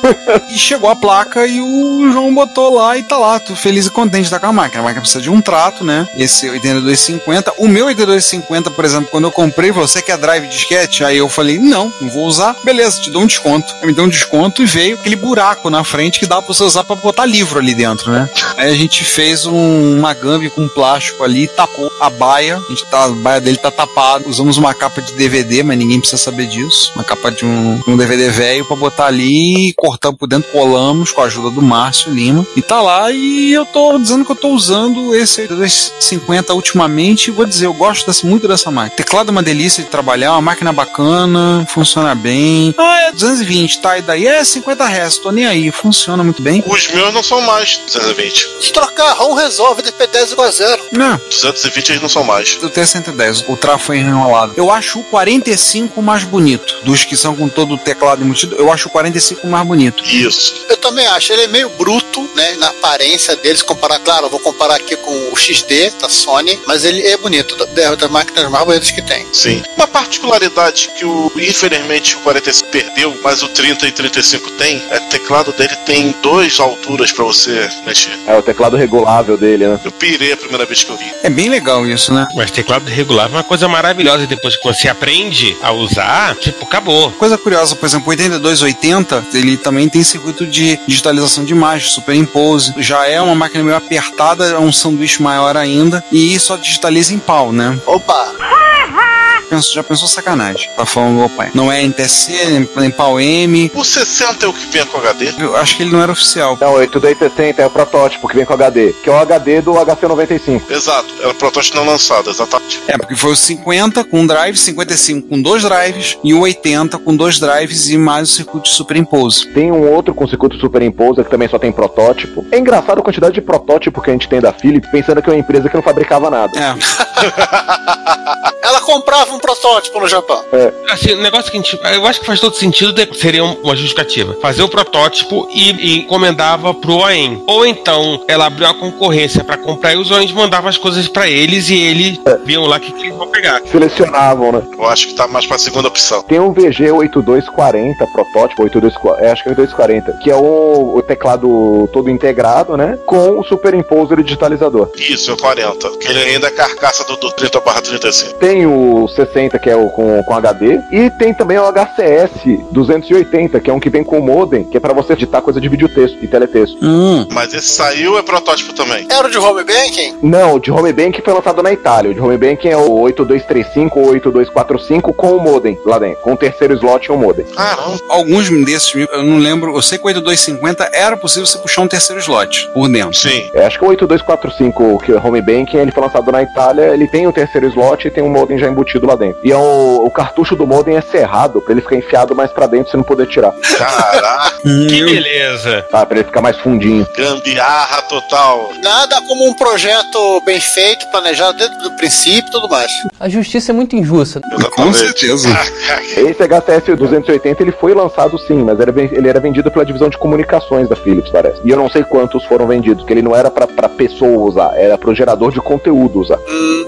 E chegou a placa e o João botou lá e tá lá, tu feliz e contente tá com a máquina. A máquina precisa de um trato, né? Esse 8250. O meu 8250, por exemplo, quando eu comprei, você quer drive disquete? Aí eu falei, não, não vou usar. Beleza, te dou um desconto. Aí me deu um desconto e veio aquele buraco na frente que dá pra você usar pra botar livro ali dentro, né? Aí a gente fez um- uma gambi com plástico ali, tapou a baia. A, gente tá, a baia dele tá tapada. Usamos uma capa de DVD, mas ninguém precisa saber disso. Uma capa de um, de um DVD velho pra botar ali, cortamos por dentro, colamos com a ajuda do Márcio Lima. E tá lá e eu tô dizendo que eu tô usando esse 250 ultimamente. e Vou dizer, eu gosto dessa- muito dessa máquina. Teclado é uma delícia de trabalhar, uma máquina bacana, funciona bem. Ah, é 220, tá? E daí é 50 reais, tô nem aí, funciona muito bem. Os meus não são mais 220. Se trocar ROM resolve, DP10 igual a zero. Não, 220 eles não são mais. do T110, o trafo foi enrolado. Eu acho o 45 mais bonito. Dos que são com todo o teclado embutido, eu acho o 45 mais bonito. Isso. Eu também acho, ele é meio bruto, né, na aparência dele, se comparar, claro, eu vou comparar aqui com o XD da Sony, mas ele é bonito, da- das máquinas mais bonitas que tem. Sim. Uma particularidade que o infelizmente o 45 perdeu, mas o 30 e 35 tem, é que o teclado dele tem duas alturas pra você mexer. É o teclado regulável dele, né? Eu pirei a primeira vez que eu vi. É bem legal isso, né? Mas teclado regular é uma coisa maravilhosa. Depois que você aprende a usar, tipo, acabou. Coisa curiosa, por exemplo, o 8280, ele também tem circuito de digitalização de imagem, superimpose. Já é uma máquina meio apertada, é um sanduíche maior ainda, e só digitaliza em pau, né? Opa, Penso- já pensou sacanagem. Tá falando, opa, não é NTC, nem, nem pau M. O 60 é o que vinha com HD? Eu acho que ele não era oficial. Não, o 8270 é o protótipo que vem com HD, que é o HD do HC95. Exato, era o protótipo não lançado, exatamente. É, porque foi o 50 com um drive, 55 com dois drives e o 80 com dois drives e mais o circuito de superimpose. Tem um outro com circuito superimposa que também só tem protótipo. É engraçado a quantidade de protótipo que a gente tem da Philips, pensando que é uma empresa que não fabricava nada. É, ela comprava um protótipo no Japão. Assim, o negócio que a gente. Eu acho que faz todo sentido, de- seria um, uma justificativa. Fazer o protótipo e, e encomendava pro OEM. Ou então, ela abriu a concorrência pra comprar e os OEMs mandavam as coisas pra eles e eles viam lá o que, que eles vão pegar. Selecionavam, né? Eu acho que tá mais pra segunda opção. Tem um VG8240 protótipo, 8240, é, acho que é 8240, que é o, o teclado todo integrado, né? Com o superimposer e digitalizador. Isso, é o 40. Que ele ainda é a carcaça do, do 30 barra 35. Tem o 60, que é o com, com HD, e tem também o HCS 280, que é um que vem com modem, que é pra você editar coisa de videotexto e teletexto. hum, Mas esse saiu, é protótipo também. Era o de home banking? Não, o de home banking foi lançado na Itália. O de home banking é o 8235 ou 8245 com o modem lá dentro, com o terceiro slot e o modem. Caramba, alguns desses, eu não lembro, eu sei que o 8250 era possível você puxar um terceiro slot por dentro. sim. É, acho que o 8245, que é o home banking, ele foi lançado na Itália, ele tem o terceiro slot e tem um modem já embutido lá dentro. E é o, o cartucho do modem é serrado, pra ele ficar enfiado mais pra dentro, você não poder tirar. Caraca. Que beleza. Tá, pra ele ficar mais fundinho. Gambiarra total. Nada como um projeto bem feito, planejado dentro do princípio e tudo mais. A justiça é muito injusta. Com certeza. Ah. Esse HTF 280 ele foi lançado sim, mas era ven- ele era vendido pela divisão de comunicações da Philips, parece. E eu não sei quantos foram vendidos, que ele não era pra, pra pessoa usar, era pro gerador de conteúdo usar.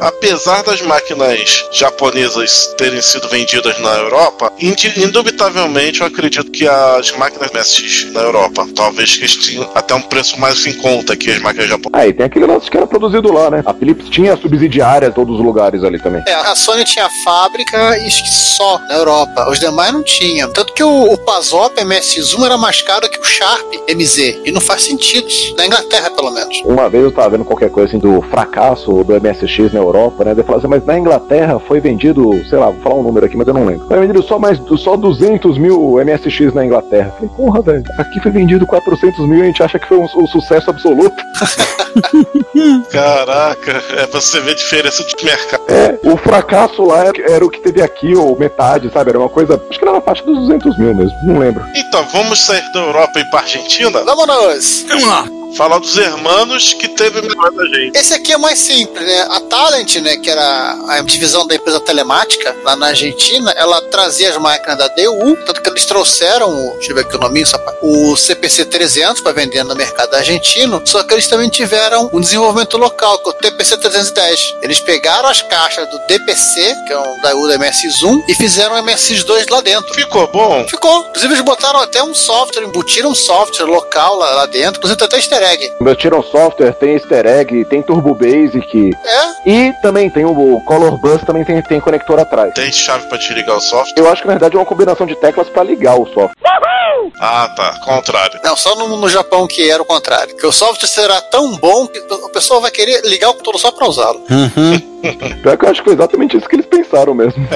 Apesar das máquinas japonesas terem sido vendidas na Europa, indi- indubitavelmente eu acredito que as máquinas MSX na Europa, talvez que eles tinham até um preço mais em conta que as máquinas japonesas. Aí tem aquele lance que era produzido lá, né? A Philips tinha subsidiária em todos os lugares ali também. É, a Sony tinha fábrica e acho que só na Europa. Os demais não tinham. Tanto que o, o Pasop MSX1 era mais caro que o Sharp MZ. E não faz sentido. Na Inglaterra, pelo menos. Uma vez eu tava vendo qualquer coisa assim do fracasso do MSX na Europa, né? Eu falava assim, mas na Inglaterra foi vendido, sei lá, vou falar um número aqui, mas eu não lembro. Foi vendido só mais só 200 mil MSX na Inglaterra. Eu falei, porra, velho, aqui foi vendido 400 mil e a gente acha que foi um, um sucesso absoluto. Caraca, é pra você ver a diferença de mercado. É, o fracasso lá era, era o que teve aqui, ou metade, sabe? Era uma coisa, acho que era na faixa dos 200 mil mesmo, não lembro. Então, vamos sair da Europa e ir pra Argentina? Vamos! Vamos lá. Falar dos hermanos que teve melhor da gente. Esse aqui é mais simples, né? A Talent, né, que era a divisão da empresa telemática lá na Argentina, ela trazia as máquinas da DU, tanto que eles trouxeram, o- deixa eu ver aqui o nome, o CPC 300 para vender no mercado argentino, só que eles também tiveram um desenvolvimento local, que é o TPC 310. Eles pegaram as caixas do DPC, que é um da U da MSX1, e fizeram o MSX2 lá dentro. Ficou bom? Ficou. Inclusive, eles botaram até um software, embutiram um software local lá, lá dentro, inclusive tem até easter egg. Meu Tiram Software tem easter egg, tem Turbo Basic É, e também tem o, o Color Bus, também tem, tem conector atrás. Tem chave pra desligar o software? Eu acho que na verdade é uma combinação de teclas pra ligar o software. Ah, tá. Contrário. Não, só no, no Japão que era o contrário. Que o software será tão bom que o pessoal vai querer ligar o computador só pra usá-lo. Pior que eu acho que foi exatamente isso que eles pensaram mesmo.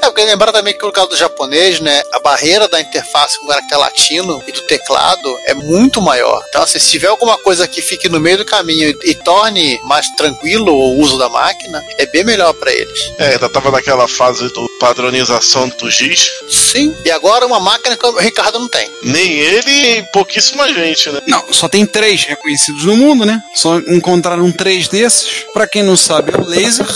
É, porque lembrar também que no caso do japonês, né, a barreira da interface com o caractere latino e do teclado é muito maior. Então, assim, se tiver alguma coisa que fique no meio do caminho e, e torne mais tranquilo o uso da máquina, é bem melhor pra eles. É, ainda tava naquela fase do padronização do giz. Sim. E agora uma máquina que o Ricardo não tem. Nem ele e pouquíssima gente, né? Não, só tem três reconhecidos no mundo, né? Só encontraram três desses. Pra quem não sabe, é o Laser,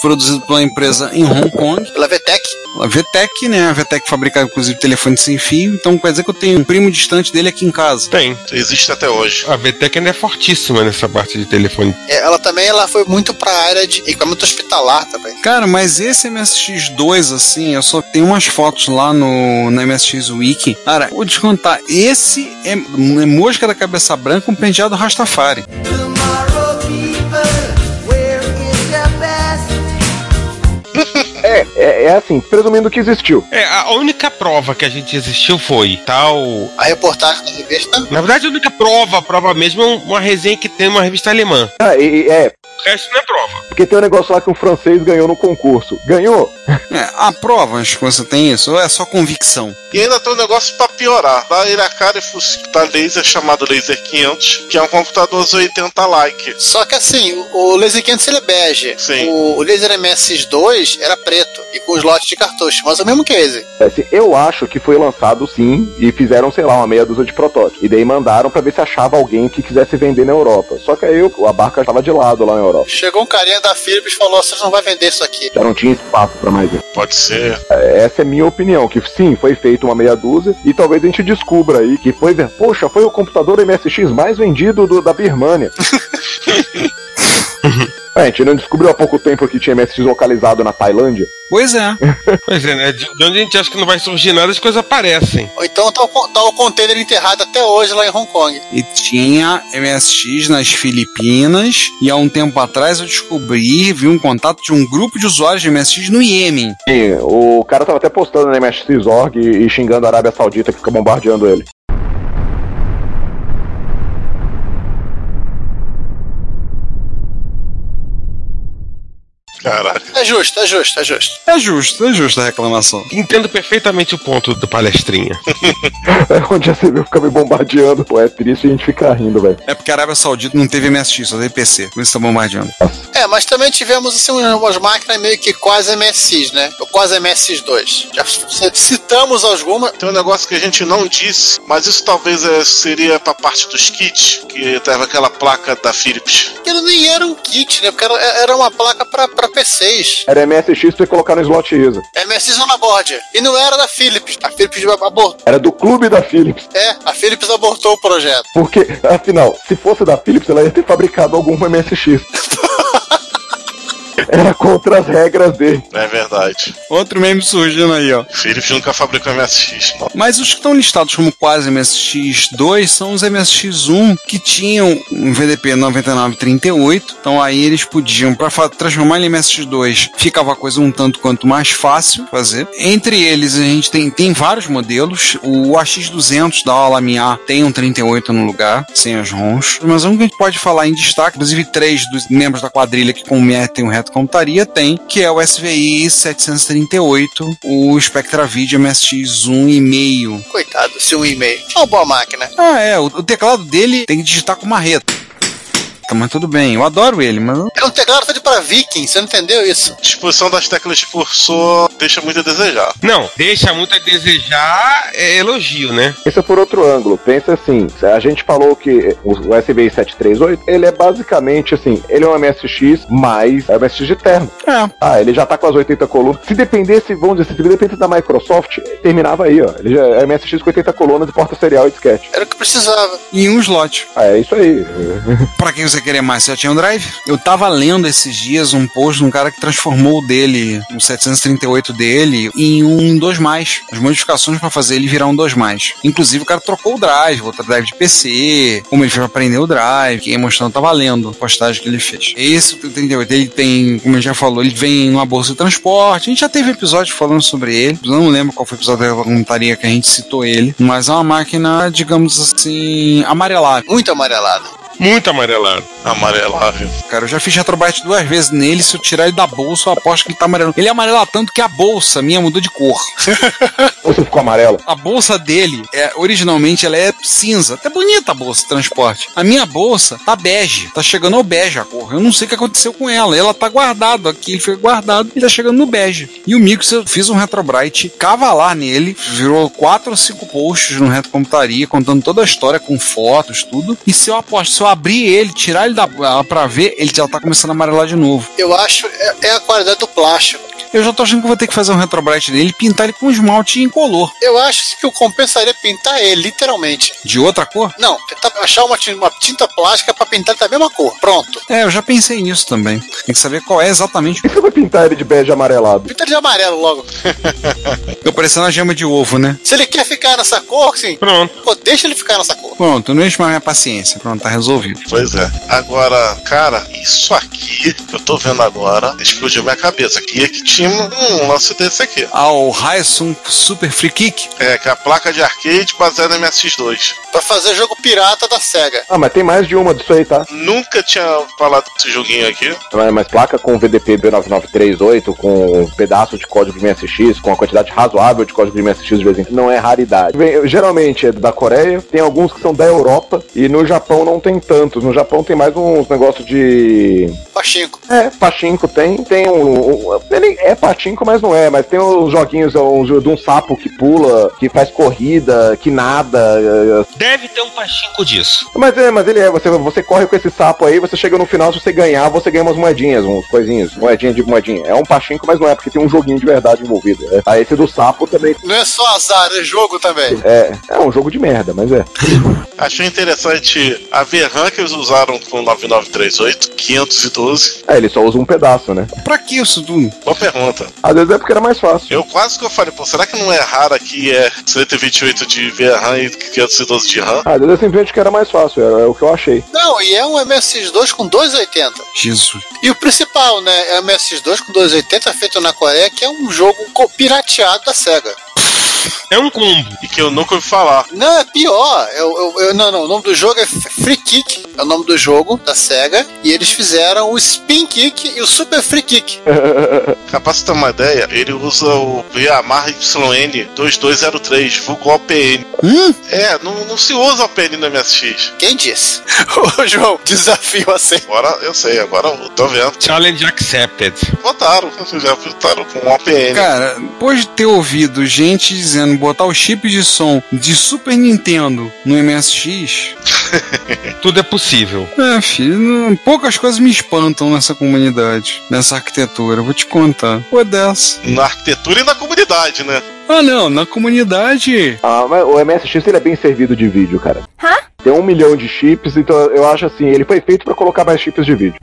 produzido pela empresa em Hong Kong. Pela VTEC. A VTEC, né? A VTEC fabricava, inclusive, telefone sem fio. Então quer dizer que eu tenho um primo distante dele aqui em casa. Tem. Existe até hoje. A VTEC ainda é fortíssima nessa parte de telefone. É, Ela também ela foi muito pra área de equipamento hospitalar também. Cara, mas esse MSX2, assim, eu só tenho umas fotos lá no, na MSX Wiki. Cara, vou te contar, esse é, é mosca da cabeça branca com penteado Rastafari. É, é, é assim, presumindo que existiu. É, a única prova que a gente existiu foi tal. A reportagem da revista Na verdade, a única prova, a prova mesmo, é uma resenha que tem uma revista alemã. Ah, e- e- é, O resto não é prova. porque tem um negócio lá que um francês ganhou no concurso. Ganhou? É, há provas que você tem isso, ou é só convicção? E ainda tem um negócio pra piorar. Lá ele a cara e fusca da laser chamado Laser 500, que é um computador 80 like. Só que assim, o- o Laser 500 ele é bege. Sim. O, o Laser MS2 era preto e com os lotes de cartucho, mas é o mesmo case. É, assim, eu acho que foi lançado sim, e fizeram, sei lá, uma meia dúzia de protótipos. E daí mandaram pra ver se achava alguém que quisesse vender na Europa. Só que aí o- a barca estava de lado lá na Europa. Chegou um carinha da Philips e falou: vocês não vai vender isso aqui. Já não tinha espaço pra mais um. Pode ser. Essa é minha opinião, que sim, foi feita uma meia dúzia, e talvez a gente descubra aí que foi, ver- poxa, foi o computador MSX mais vendido do- da Birmania. É, a gente não descobriu há pouco tempo que tinha MSX localizado na Tailândia. Pois é. Pois é, né? De de onde a gente acha que não vai surgir nada, as coisas aparecem. Ou então tá o, con- tá o container enterrado até hoje lá em Hong Kong. E tinha MSX nas Filipinas, e há um tempo atrás eu descobri, vi um contato de um grupo de usuários de MSX no Iêmen. E o cara tava até postando na MSX.org e, e xingando a Arábia Saudita que fica bombardeando ele. Caraca. É justo, é justo, é justo. É justo, é justo a reclamação. Entendo perfeitamente o ponto do palestrinha. É onde a CB fica me bombardeando. Pô, é triste a gente ficar rindo, velho. É porque a Arábia Saudita não teve MSX, só teve PC. Por isso tá bombardeando. É, mas também tivemos assim umas máquinas meio que quase MSX, né? Ou quase MSX2. Já c- citamos algumas. Tem um negócio que a gente não disse, mas isso talvez é, seria pra parte dos kits, que teve aquela placa da Philips. Aquilo nem era um kit, né? Porque era, era uma placa pra, pra PCs. Era MSX pra você colocar no slot ISA. MSX on board. E não era da Philips. A Philips abortou. Era do clube da Philips. É, a Philips abortou o projeto. Porque, afinal, se fosse da Philips, ela ia ter fabricado algum MSX. Era contra as regras dele. É verdade. Outro meme surgindo aí, ó. Philips nunca fabricou MSX. Mas os que estão listados como quase MSX2 são os MSX1 que tinham um VDP 9938. Então aí eles podiam, para transformar ele em MSX2, ficava a coisa um tanto quanto mais fácil fazer. Entre eles a gente tem, tem vários modelos. O AX200 da Alamiá tem um 38 no lugar, sem as ROMs. Mas um que a gente pode falar em destaque, inclusive três dos membros da quadrilha que cometem o reto computaria tem, que é o SVI 738, o SpectraVideo MSX 1.5. Coitado, se um e-mail. Uma boa máquina. Ah, é, o, o teclado dele tem que digitar com marreta. Tá, Mas tudo bem, eu adoro ele, mas É um teclado feito pra viking, você não entendeu isso? Disposição das teclas de cursor deixa muito a desejar. Não, deixa muito a desejar é elogio, né? Pensa por outro ângulo. Pensa assim, a gente falou que o SBI 738, ele é basicamente assim, ele é um MSX, mas é um MSX de terno. É. Ah, ele já tá com as 80 colunas. Se dependesse, vamos dizer, se dependesse da Microsoft, terminava aí, ó. Ele já é MSX com 80 colunas de porta serial e disquete. Era o que precisava. e um slot. Ah, é isso aí. Pra quem você querer mais, você já tinha um drive? Eu tava lendo esses dias um post de um cara que transformou o dele, um o 738 dele, em um 2 mais. As modificações pra fazer ele virar um 2 mais. Inclusive o cara trocou o drive, outro drive de PC, como ele fez pra aprender o drive, quem mostrando tava lendo a postagem que ele fez. Esse 38, ele tem, como a gente já falou, ele vem numa bolsa de transporte. A gente já teve episódio falando sobre ele. Eu não lembro qual foi o episódio da montaria que a gente citou ele, mas é uma máquina, digamos assim, amarelável. Muito amarelado. Muito amarelado. Amarelável. Cara, eu já fiz retrobyte duas vezes nele. Se eu tirar ele da bolsa, eu aposto que ele tá amarelo. Ele amarela tanto que a bolsa minha mudou de cor. Você ficou amarelo. A bolsa dele, é, originalmente, ela é cinza. Até bonita a bolsa de transporte. A minha bolsa tá bege. Tá chegando ao bege a cor. Eu não sei o que aconteceu com ela. Ela tá guardada aqui. Ele foi guardado e tá chegando no bege. E o Mix, eu fiz um retrobyte cavalar nele. Virou quatro ou cinco posts no Retrocomputaria, contando toda a história com fotos, tudo. E se eu aposto, se eu abrir ele, tirar ele da, ah, pra ver, ele já tá começando a amarelar de novo. Eu acho, é, é a qualidade do plástico. Eu já tô achando que eu vou ter que fazer um retrobrite nele e pintar ele com esmalte incolor. Eu acho que eu compensaria pintar ele, literalmente. De outra cor? Não, tentar achar uma tin- uma tinta, plástica pra pintar ele da mesma cor. Pronto. É, eu já pensei nisso também. Tem que saber qual é exatamente. E você vai pintar ele de bege amarelado? Pinta ele de amarelo logo. Tô parecendo a gema de ovo, né? Se ele quer ficar nessa cor, sim, Pronto. pô, deixa ele ficar nessa cor. Pronto, não enche mais minha paciência. Pronto, tá resolvido. Pois é. Agora, cara, isso aqui que eu tô vendo agora explodiu minha cabeça. Aqui é que tinha um um lance desse aqui. Ao Raisum Super Free Kick? É, que é a placa de arcade baseada em MSX2. Pra fazer jogo pirata da SEGA. Ah, mas tem mais de uma disso aí, tá? Nunca tinha falado desse joguinho aqui. Mas- Mas placa com VDP B9938, com um pedaço de código de MSX, com uma quantidade razoável de código de MSX de vez em quando, não é raridade. Vem- geralmente é da Coreia, tem alguns que são da Europa, e no Japão não tem tantos. No Japão tem mais uns negócios de. Pachinko. É, pachinko tem, tem um. um- ele é pachinko, mas não é, mas tem uns joguinhos uns, de um sapo que pula, que faz corrida, que nada. eh, Deve ter um pachinko disso. Mas é, mas ele é, você, você corre com esse sapo aí, você chega no final, se você ganhar, você ganha umas moedinhas, uns coisinhos, moedinha de moedinha. É um pachinko, mas não é, porque tem um joguinho de verdade envolvido. É. Aí esse do sapo também. Não é só azar, é jogo também. É, é um jogo de merda, mas é. Achei interessante a VRAM que eles usaram com 9938, 512. É, ele só usa um pedaço, né? Pra que isso, Dum? Boa pergunta. Às vezes é porque era mais fácil. Eu quase que eu falei, pô, será que não é raro que é 128 de VRAM e 512 de RAM? Às vezes é simplesmente que era mais fácil, era, é o que eu achei. Não, e é um MSX2 com 280. Jesus. E o principal, né? É o MSX2 com 280 feito na Coreia, que é um jogo co- pirateado da SEGA. É um combo. E que eu nunca ouvi falar. Não, é pior. Eu, eu- eu- não, não. O nome do jogo é F- Free Kick. É o nome do jogo da SEGA. E eles fizeram o Spin Kick e o Super Free Kick. Capaz de ter uma ideia, ele usa o Yamaha YN2203, vulgo OPN. Hum? É, não, não se usa OPN no MSX. Quem disse? Ô, João, desafio aceito. Agora eu sei, agora eu tô vendo. Challenge accepted. Botaram, já botaram com OPN. Cara, depois de ter ouvido gente dizendo botar o chip de som de Super Nintendo no MSX, Tudo é possível. é, filho, não- poucas coisas me espantam nessa comunidade, nessa arquitetura, vou te contar. Pô, dessa. na arquitetura e na comunidade, né? Ah, não, na comunidade. Ah, mas o MSX ele é bem servido de vídeo, cara. Tem um milhão de chips, então eu acho assim, ele foi feito pra colocar mais chips de vídeo.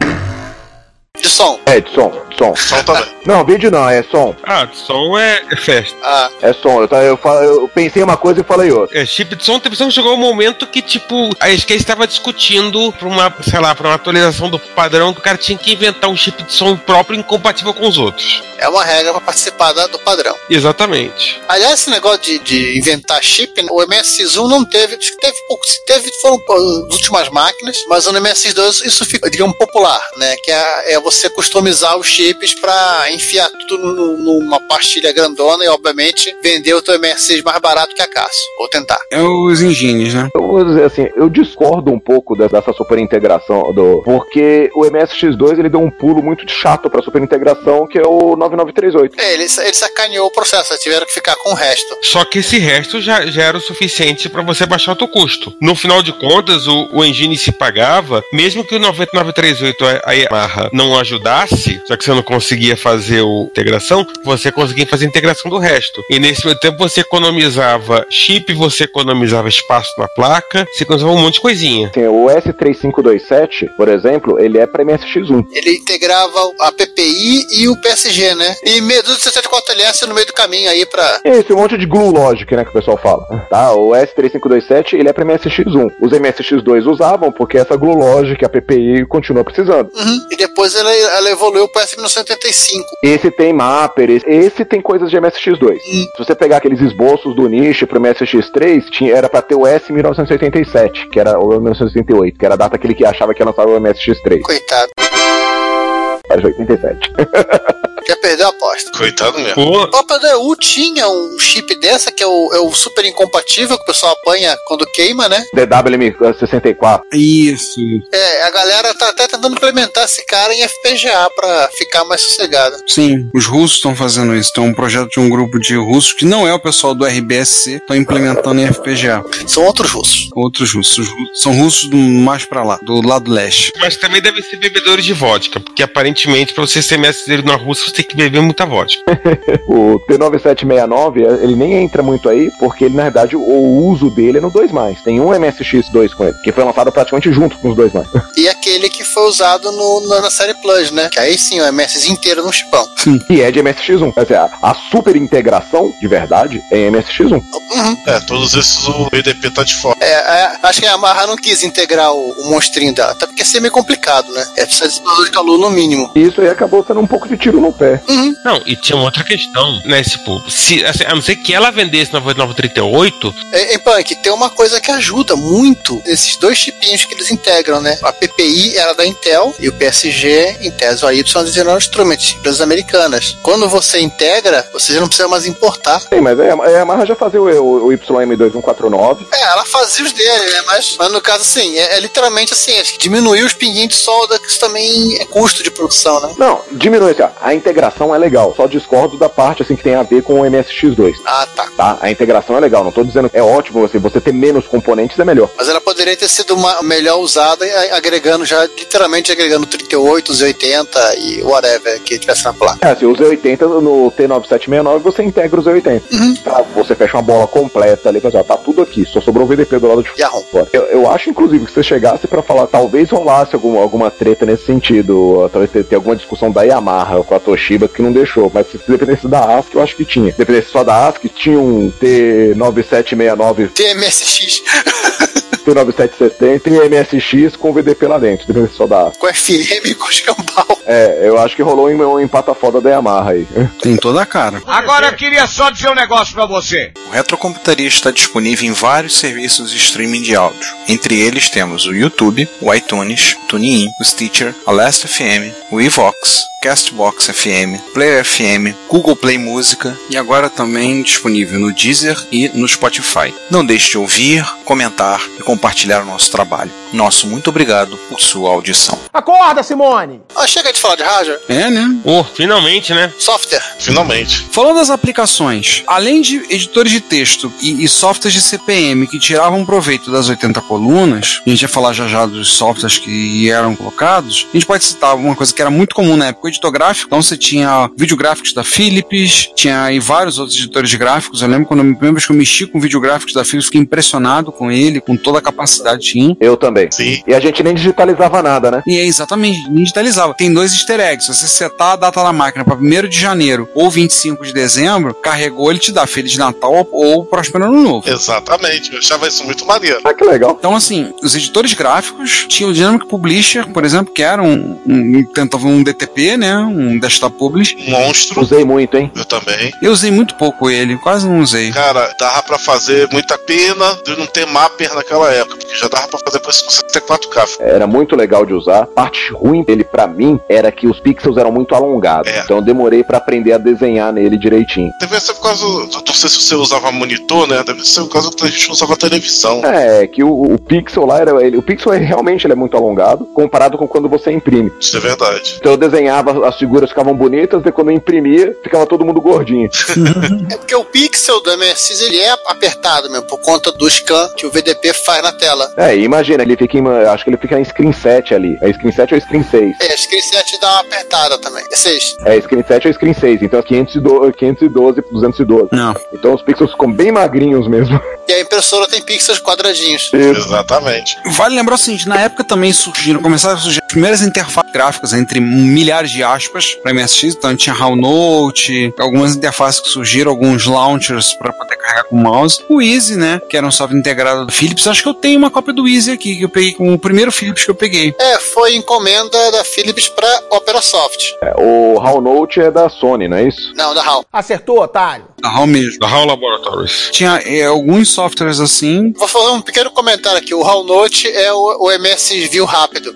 De som. É, de som, som. Som também. Não, vídeo não, é som. Ah, som é, é festa. Ah, É som. Eu, tá- eu, falo- eu pensei uma coisa e falei outra. É, chip de som, tem pessoa que chegou um momento que, tipo, a esquerda estava discutindo pra uma, sei lá, pra uma atualização do padrão que o cara tinha que inventar um chip de som próprio incompatível com os outros. é uma regra pra participar da- do padrão. Exatamente. Aliás, esse negócio de, de inventar chip, né, o MSX1 não teve, acho que teve pouco, se teve foram pô, as últimas máquinas, mas no MSX2 isso fica, digamos, popular, né? Que é, é você customizar os chips pra enfiar tudo nu- numa pastilha grandona e, obviamente, vender o teu MSX mais barato que a Cássio. Ou tentar. É os engines, né? Eu vou dizer assim, eu discordo um pouco de- dessa super integração do. Porque o MSX2 ele deu um pulo muito chato pra super integração, que é o 9938. É, ele, sa- ele sacaneou o processo, eles tiveram que ficar com o resto. Só que esse resto já, já era o suficiente para você baixar o teu custo. No final de contas, o, o engine se pagava, mesmo que o 9938 a- a Yamaha não ajudasse, já que você não conseguia fazer o integração, você conseguia fazer a integração do resto. E nesse meio tempo você economizava chip, você economizava espaço na placa, você economizava um monte de coisinha. Assim, o S3527, por exemplo, ele é pra MSX1. Ele integrava a PPI e o PSG, né? E meia dúzia de 64LS no meio do caminho aí pra Esse um monte de glue logic, né, que o pessoal fala. Tá, o S3527, ele é pra MSX1. Os MSX2 usavam porque essa glue logic, a PPI, continua precisando. Uhum. E depois ela, ela evoluiu para S1985. Esse tem mapper, esse, esse tem coisas de MSX2. Hum. Se você pegar aqueles esboços do Nish pro MSX3, tinha, era pra ter o S1987, que era o 1988, que era a data que ele que achava que ia lançar o MSX3. Coitado. Era de 87. Já perdeu a aposta. Coitado mesmo. Pô, O próprio DU tinha um chip dessa, que é o, é o super incompatível, que o pessoal apanha quando queima, né? DWM64. Isso. É, a galera tá até tentando implementar esse cara em FPGA pra ficar mais sossegada. Sim, os russos estão fazendo isso. Tem um projeto de um grupo de russos que não é o pessoal do RBSC, estão implementando em FPGA. São outros russos. Outros russos. Os russos- São russos do- mais pra lá, do lado leste. mas também devem ser bebedores de vodka, porque aparentemente para você ser mestre na Rússia você tem que beber muita vodka. O T9769, ele nem entra muito aí, porque ele, na verdade, o uso dele é no 2. Tem um MSX2 com ele, que foi lançado praticamente junto com os dois mais. E aquele que foi usado no- na, na série Plus, né? Que aí sim, o MS inteiro no chipão. E é de MSX1. Quer dizer, a, a super integração, de verdade, é em MSX1. Uhum. É, todos esses o EDP tá de fora. É, é, acho que a Yamaha não quis integrar o, o monstrinho dela, até porque ia ser meio complicado, né? É precisar de dissonador de calor no mínimo. E isso aí acabou sendo um pouco de tiro no pé. Uhum. Não, e tinha uma outra questão, né? Tipo, se, assim, a não ser que ela vendesse 9938, Em É, Punk, tem uma coisa que ajuda muito esses dois chipinhos que eles integram, né? A PPI era da Intel e o PSG, em tese, o AY General Instrument, um é empresas americanas. Quando você integra, você já não precisa mais importar. Sim, mas é, é a Marra já fazia o, o, o YM2149. É, ela fazia os dele, né? Mas, mas no caso, assim, é, é literalmente assim, acho que diminuiu os pinguinhos de solda, que isso também é custo de produção, né? Não, diminui assim, ó. A integração é legal. Só discordo da parte assim que tem a ver com o MSX2. Ah, tá. Tá? A integração é legal. Não tô dizendo que é ótimo você, você ter menos componentes é melhor. Mas ela poderia ter sido uma, melhor usada, a- agregando já, literalmente agregando 38, 80 e whatever que tivesse na placa. É, assim, o Z80 no T9769 você integra o Z80. Uhum. Tá? Você fecha uma bola completa ali, mas ó, tá tudo aqui, só sobrou o VDP do lado de E a ROM. fora. Eu, eu acho, inclusive, que se você chegasse pra falar, talvez rolasse alguma, alguma treta nesse sentido, ou talvez tenha tenha alguma discussão da Yamaha com a Toshiba que não deixou, mas se dependesse da ASC, eu acho que tinha. Dependesse só da ASC, tinha um T9769, TMSX T9770 e MSX com VDP lá dentro, dependesse só da ASC. com FM e com escambau. É, eu acho que rolou um, um empata foda da Yamaha aí. Tem toda a cara. Agora eu queria só dizer um negócio pra você. O Retrocomputaria está disponível em vários serviços de streaming de áudio. Entre eles temos o YouTube, o iTunes, o TuneIn, o Stitcher, a Last FM, o Evox, Castbox FM, Player FM, Google Play Música e agora também disponível no Deezer e no Spotify. Não deixe de ouvir, comentar e compartilhar o nosso trabalho. Nosso muito obrigado por sua audição. Acorda, Simone! Ah, chega de falar de rádio. É, né? Oh, finalmente, né? Software. Finalmente. Falando das aplicações, além de editores de texto e, e softwares de CPM que tiravam proveito das 80 colunas, a gente ia falar já já dos softwares que eram colocados, a gente pode citar uma coisa que era muito comum na época, o editográfico. Então você tinha videográficos da Philips, tinha aí vários outros editores de gráficos. Eu lembro quando eu, lembro que eu mexi com videográficos da Philips, fiquei impressionado com ele, com toda a capacidade que tinha. Eu também. Sim. E a gente nem digitalizava nada, né? E é exatamente, nem digitalizava. Tem dois easter eggs. Se você setar a data da máquina para 1 de janeiro ou 25 de dezembro, carregou, ele te dá Feliz Natal ou, ou Próspero Ano Novo. Exatamente. Eu achava isso muito maneiro. Ah, que legal. Então, assim, os editores gráficos tinham o Dynamic Publisher, por exemplo, que era um, um tentava um DTP, né? Um desktop publish. Monstro. Usei muito, hein? Eu também. Eu usei muito pouco ele, quase não usei. Cara, dava pra fazer muita pena de não ter mapper naquela época, porque já dava pra fazer com 64K. Era muito legal de usar. Parte ruim dele pra mim era que os pixels eram muito alongados. É. Então eu demorei pra aprender a desenhar nele direitinho. Deve ser por causa. do- Não sei se você usava monitor, né? Deve ser por causa que a gente usava televisão. É, que o, o pixel lá era. Ele, o pixel ele, realmente ele é muito alongado comparado com quando você imprime. Isso é verdade. Então eu desenhava, as figuras ficavam bonitas, e quando eu imprimia, ficava todo mundo gordinho. É porque o pixel do MSX ele é apertado mesmo, por conta do scan que o VDP faz na tela. É, e imagina, ele fica em, uma- acho que ele fica em screen 7 ali. É screen 7 ou screen 6? É, a screen 7 dá uma apertada também. É 6. É screen 7 ou screen 6, então é 512, 512 212. Não. Então os pixels ficam bem magrinhos mesmo. E a impressora tem pixels quadradinhos. Exatamente. Vale lembrar o seguinte: na época também surgiram, começaram a surgir as primeiras interfaces gráficas entre milhares de aspas para MSX. Então tinha HowlNote, algumas interfaces que surgiram, alguns launchers para poder carregar com o mouse. O Easy, né? Que era um software integrado do Philips. Acho que eu tenho uma cópia do Easy aqui, que eu peguei com o primeiro Philips que eu peguei. É, foi encomenda da Philips pra Opera Soft. É, o HowlNote é da Sony, não é isso? Não, da Ah, HAL. Acertou, otário? Da HAL mesmo. Da HAL Laboratories. Tinha eh, alguns softwares assim. Vou fazer um pequeno comentário aqui. O HAL Note é o, o MS View rápido.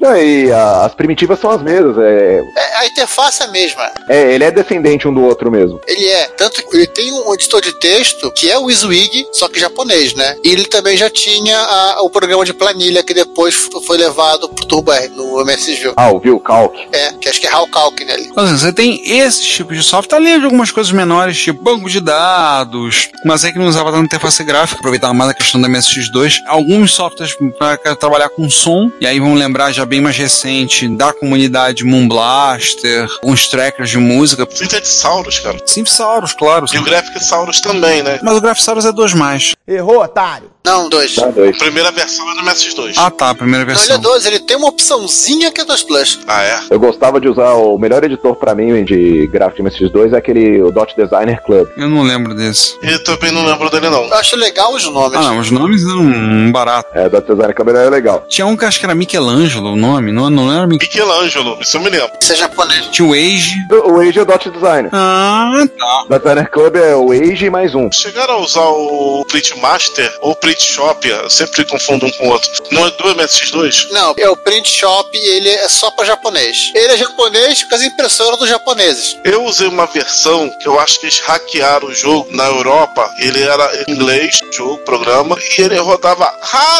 Não, e a- as primitivas são as mesmas. É, É, a interface é a mesma. é, ele é descendente um do outro mesmo. Ele é. Tanto que ele tem um editor de texto que é o Iswig, só que japonês, né? E ele também já tinha a- o programa de planilha que depois f- foi levado pro Turbo R, no MS View. Ah, ouviu? Calc. É, que acho que é HAL Calc, né? Ele- Então, assim, você tem esses tipos de software, tá além de algumas coisas menores, tipo banco de dados, mas é que não usava tanto interface gráfica, aproveitava mais a questão da MSX2. Alguns softwares para trabalhar com som, e aí vamos lembrar já bem mais recente da comunidade Moon Blaster, uns trackers de música. Sintetissauros, cara. Simpsauros, claro. E o Graphicsauros também, né? Mas o Graphosaurus é dois mais. Errou, otário? Não, dois. Dá dois. A primeira versão era no MS2. Ah tá, a primeira Não, ele é versão. dois. Ele tem uma opçãozinha que é 2 Plus. Ah, é? Eu gostava de usar o melhor editor pra mim de gráfico de MSX2 é aquele o Dot Designer Club. Eu não lembro desse. Eu também não lembro dele, não. Eu acho legal os nomes. Ah não, os nomes eram baratos. É, o Dot Designer Club era legal. Tinha um que acho que era Michelangelo o nome, não, não era Michelangelo. Michelangelo, isso eu me lembro. Isso é japonês. Tinha o Age. O Age é o Dot Designer. Ah, tá. Dot Designer Club é o Age e mais um. Chegaram a usar o Print Master ou Print Shop, eu sempre confundo um com o outro. Não é do MSX2? Não, é o Print Shop e ele é só pra japonês. Ele é japonês porque as impressoras dos japoneses. Eu usei uma versão que eu acho que eles hackearam o jogo na Europa. Ele era em inglês, jogo, programa, e ele rodava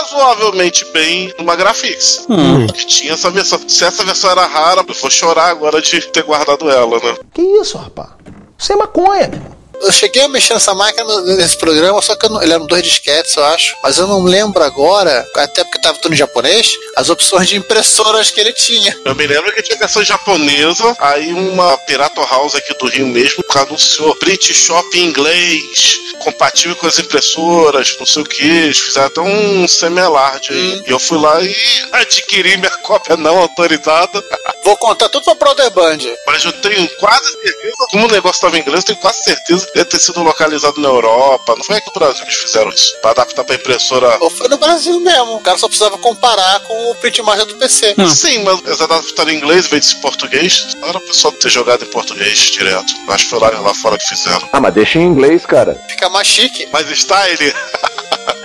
razoavelmente bem numa Graphics. Que tinha essa versão. Se essa versão era rara, eu vou chorar agora de ter guardado ela, né? Que isso, rapaz? Isso é maconha, meu irmão. Eu cheguei a mexer nessa máquina no- nesse programa, só que eu não, ele eram dois disquetes, eu acho. Mas eu não lembro agora, até porque tava tudo em japonês, as opções de impressoras que ele tinha. Eu me lembro que tinha versão japonesa, aí uma Pirato House aqui do Rio mesmo, que anunciou print shop em inglês, compatível com as impressoras, não sei o que, eles fizeram até um semelard aí. E eu fui lá e adquiri minha cópia não autorizada, Vou contar tudo pra Brother Band. mas eu tenho quase certeza, como o negócio estava em inglês, eu tenho quase certeza ele ter sido localizado na Europa. Não foi aqui no Brasil que eles fizeram isso. Pra adaptar pra impressora. Ou foi no Brasil mesmo. O cara só precisava comparar com o print margem do PC. Sim, mas eles adaptaram em inglês em vez de em português. Não era o pessoal ter jogado em português direto. Acho que foi lá, lá fora que fizeram. Ah, mas deixa em inglês, cara. Fica mais chique. Mas style,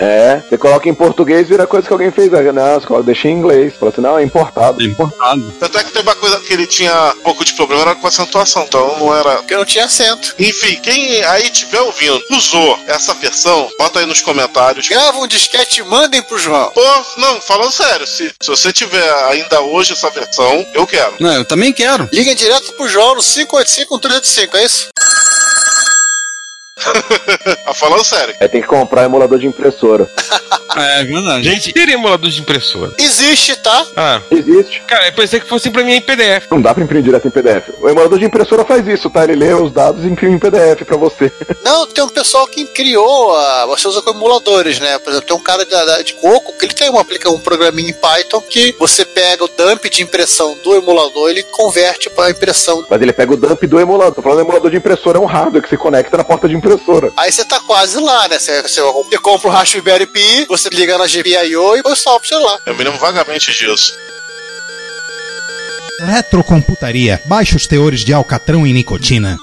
É, você coloca em português vira coisa que alguém fez. Aí, Não, você coloca, deixa em inglês. Fala assim, não, é importado. Importado. tanto é que teve uma coisa que ele tinha um pouco de problema, era com acentuação, então não era Porque não tinha acento. Enfim, quem aí tiver ouvindo usou essa versão, bota aí nos comentários. Grava um disquete e mandem pro João. Pô, não, falando sério, se, se você tiver ainda hoje essa versão, eu quero. Não, eu também quero. Liguem direto pro João no 585-1385, é isso? Ah, falando sério. Aí tem que comprar emulador de impressora. É, verdade. Gente, ter emulador de impressora. Existe, tá? Ah, Existe. cara, eu pensei que fosse pra mim em PDF. Não dá pra imprimir direto em PDF. O emulador de impressora faz isso, tá? Ele lê os dados e imprime em PDF pra você. Não, tem um pessoal que criou, a, você usa com emuladores, né? Por exemplo, tem um cara da- da- de coco que ele tem uma, aplica um programinha em Python que você pega o dump de impressão do emulador, ele converte pra impressão. Mas ele pega o dump do emulador. Tô falando emulador de impressora, é um hardware que se conecta na porta de impressora. Aí você tá quase lá, né? Você, você, você compra o Raspberry Pi, você liga na GPIO e põe o software lá. Eu me lembro vagamente disso. Retrocomputaria. Baixos teores de alcatrão e nicotina.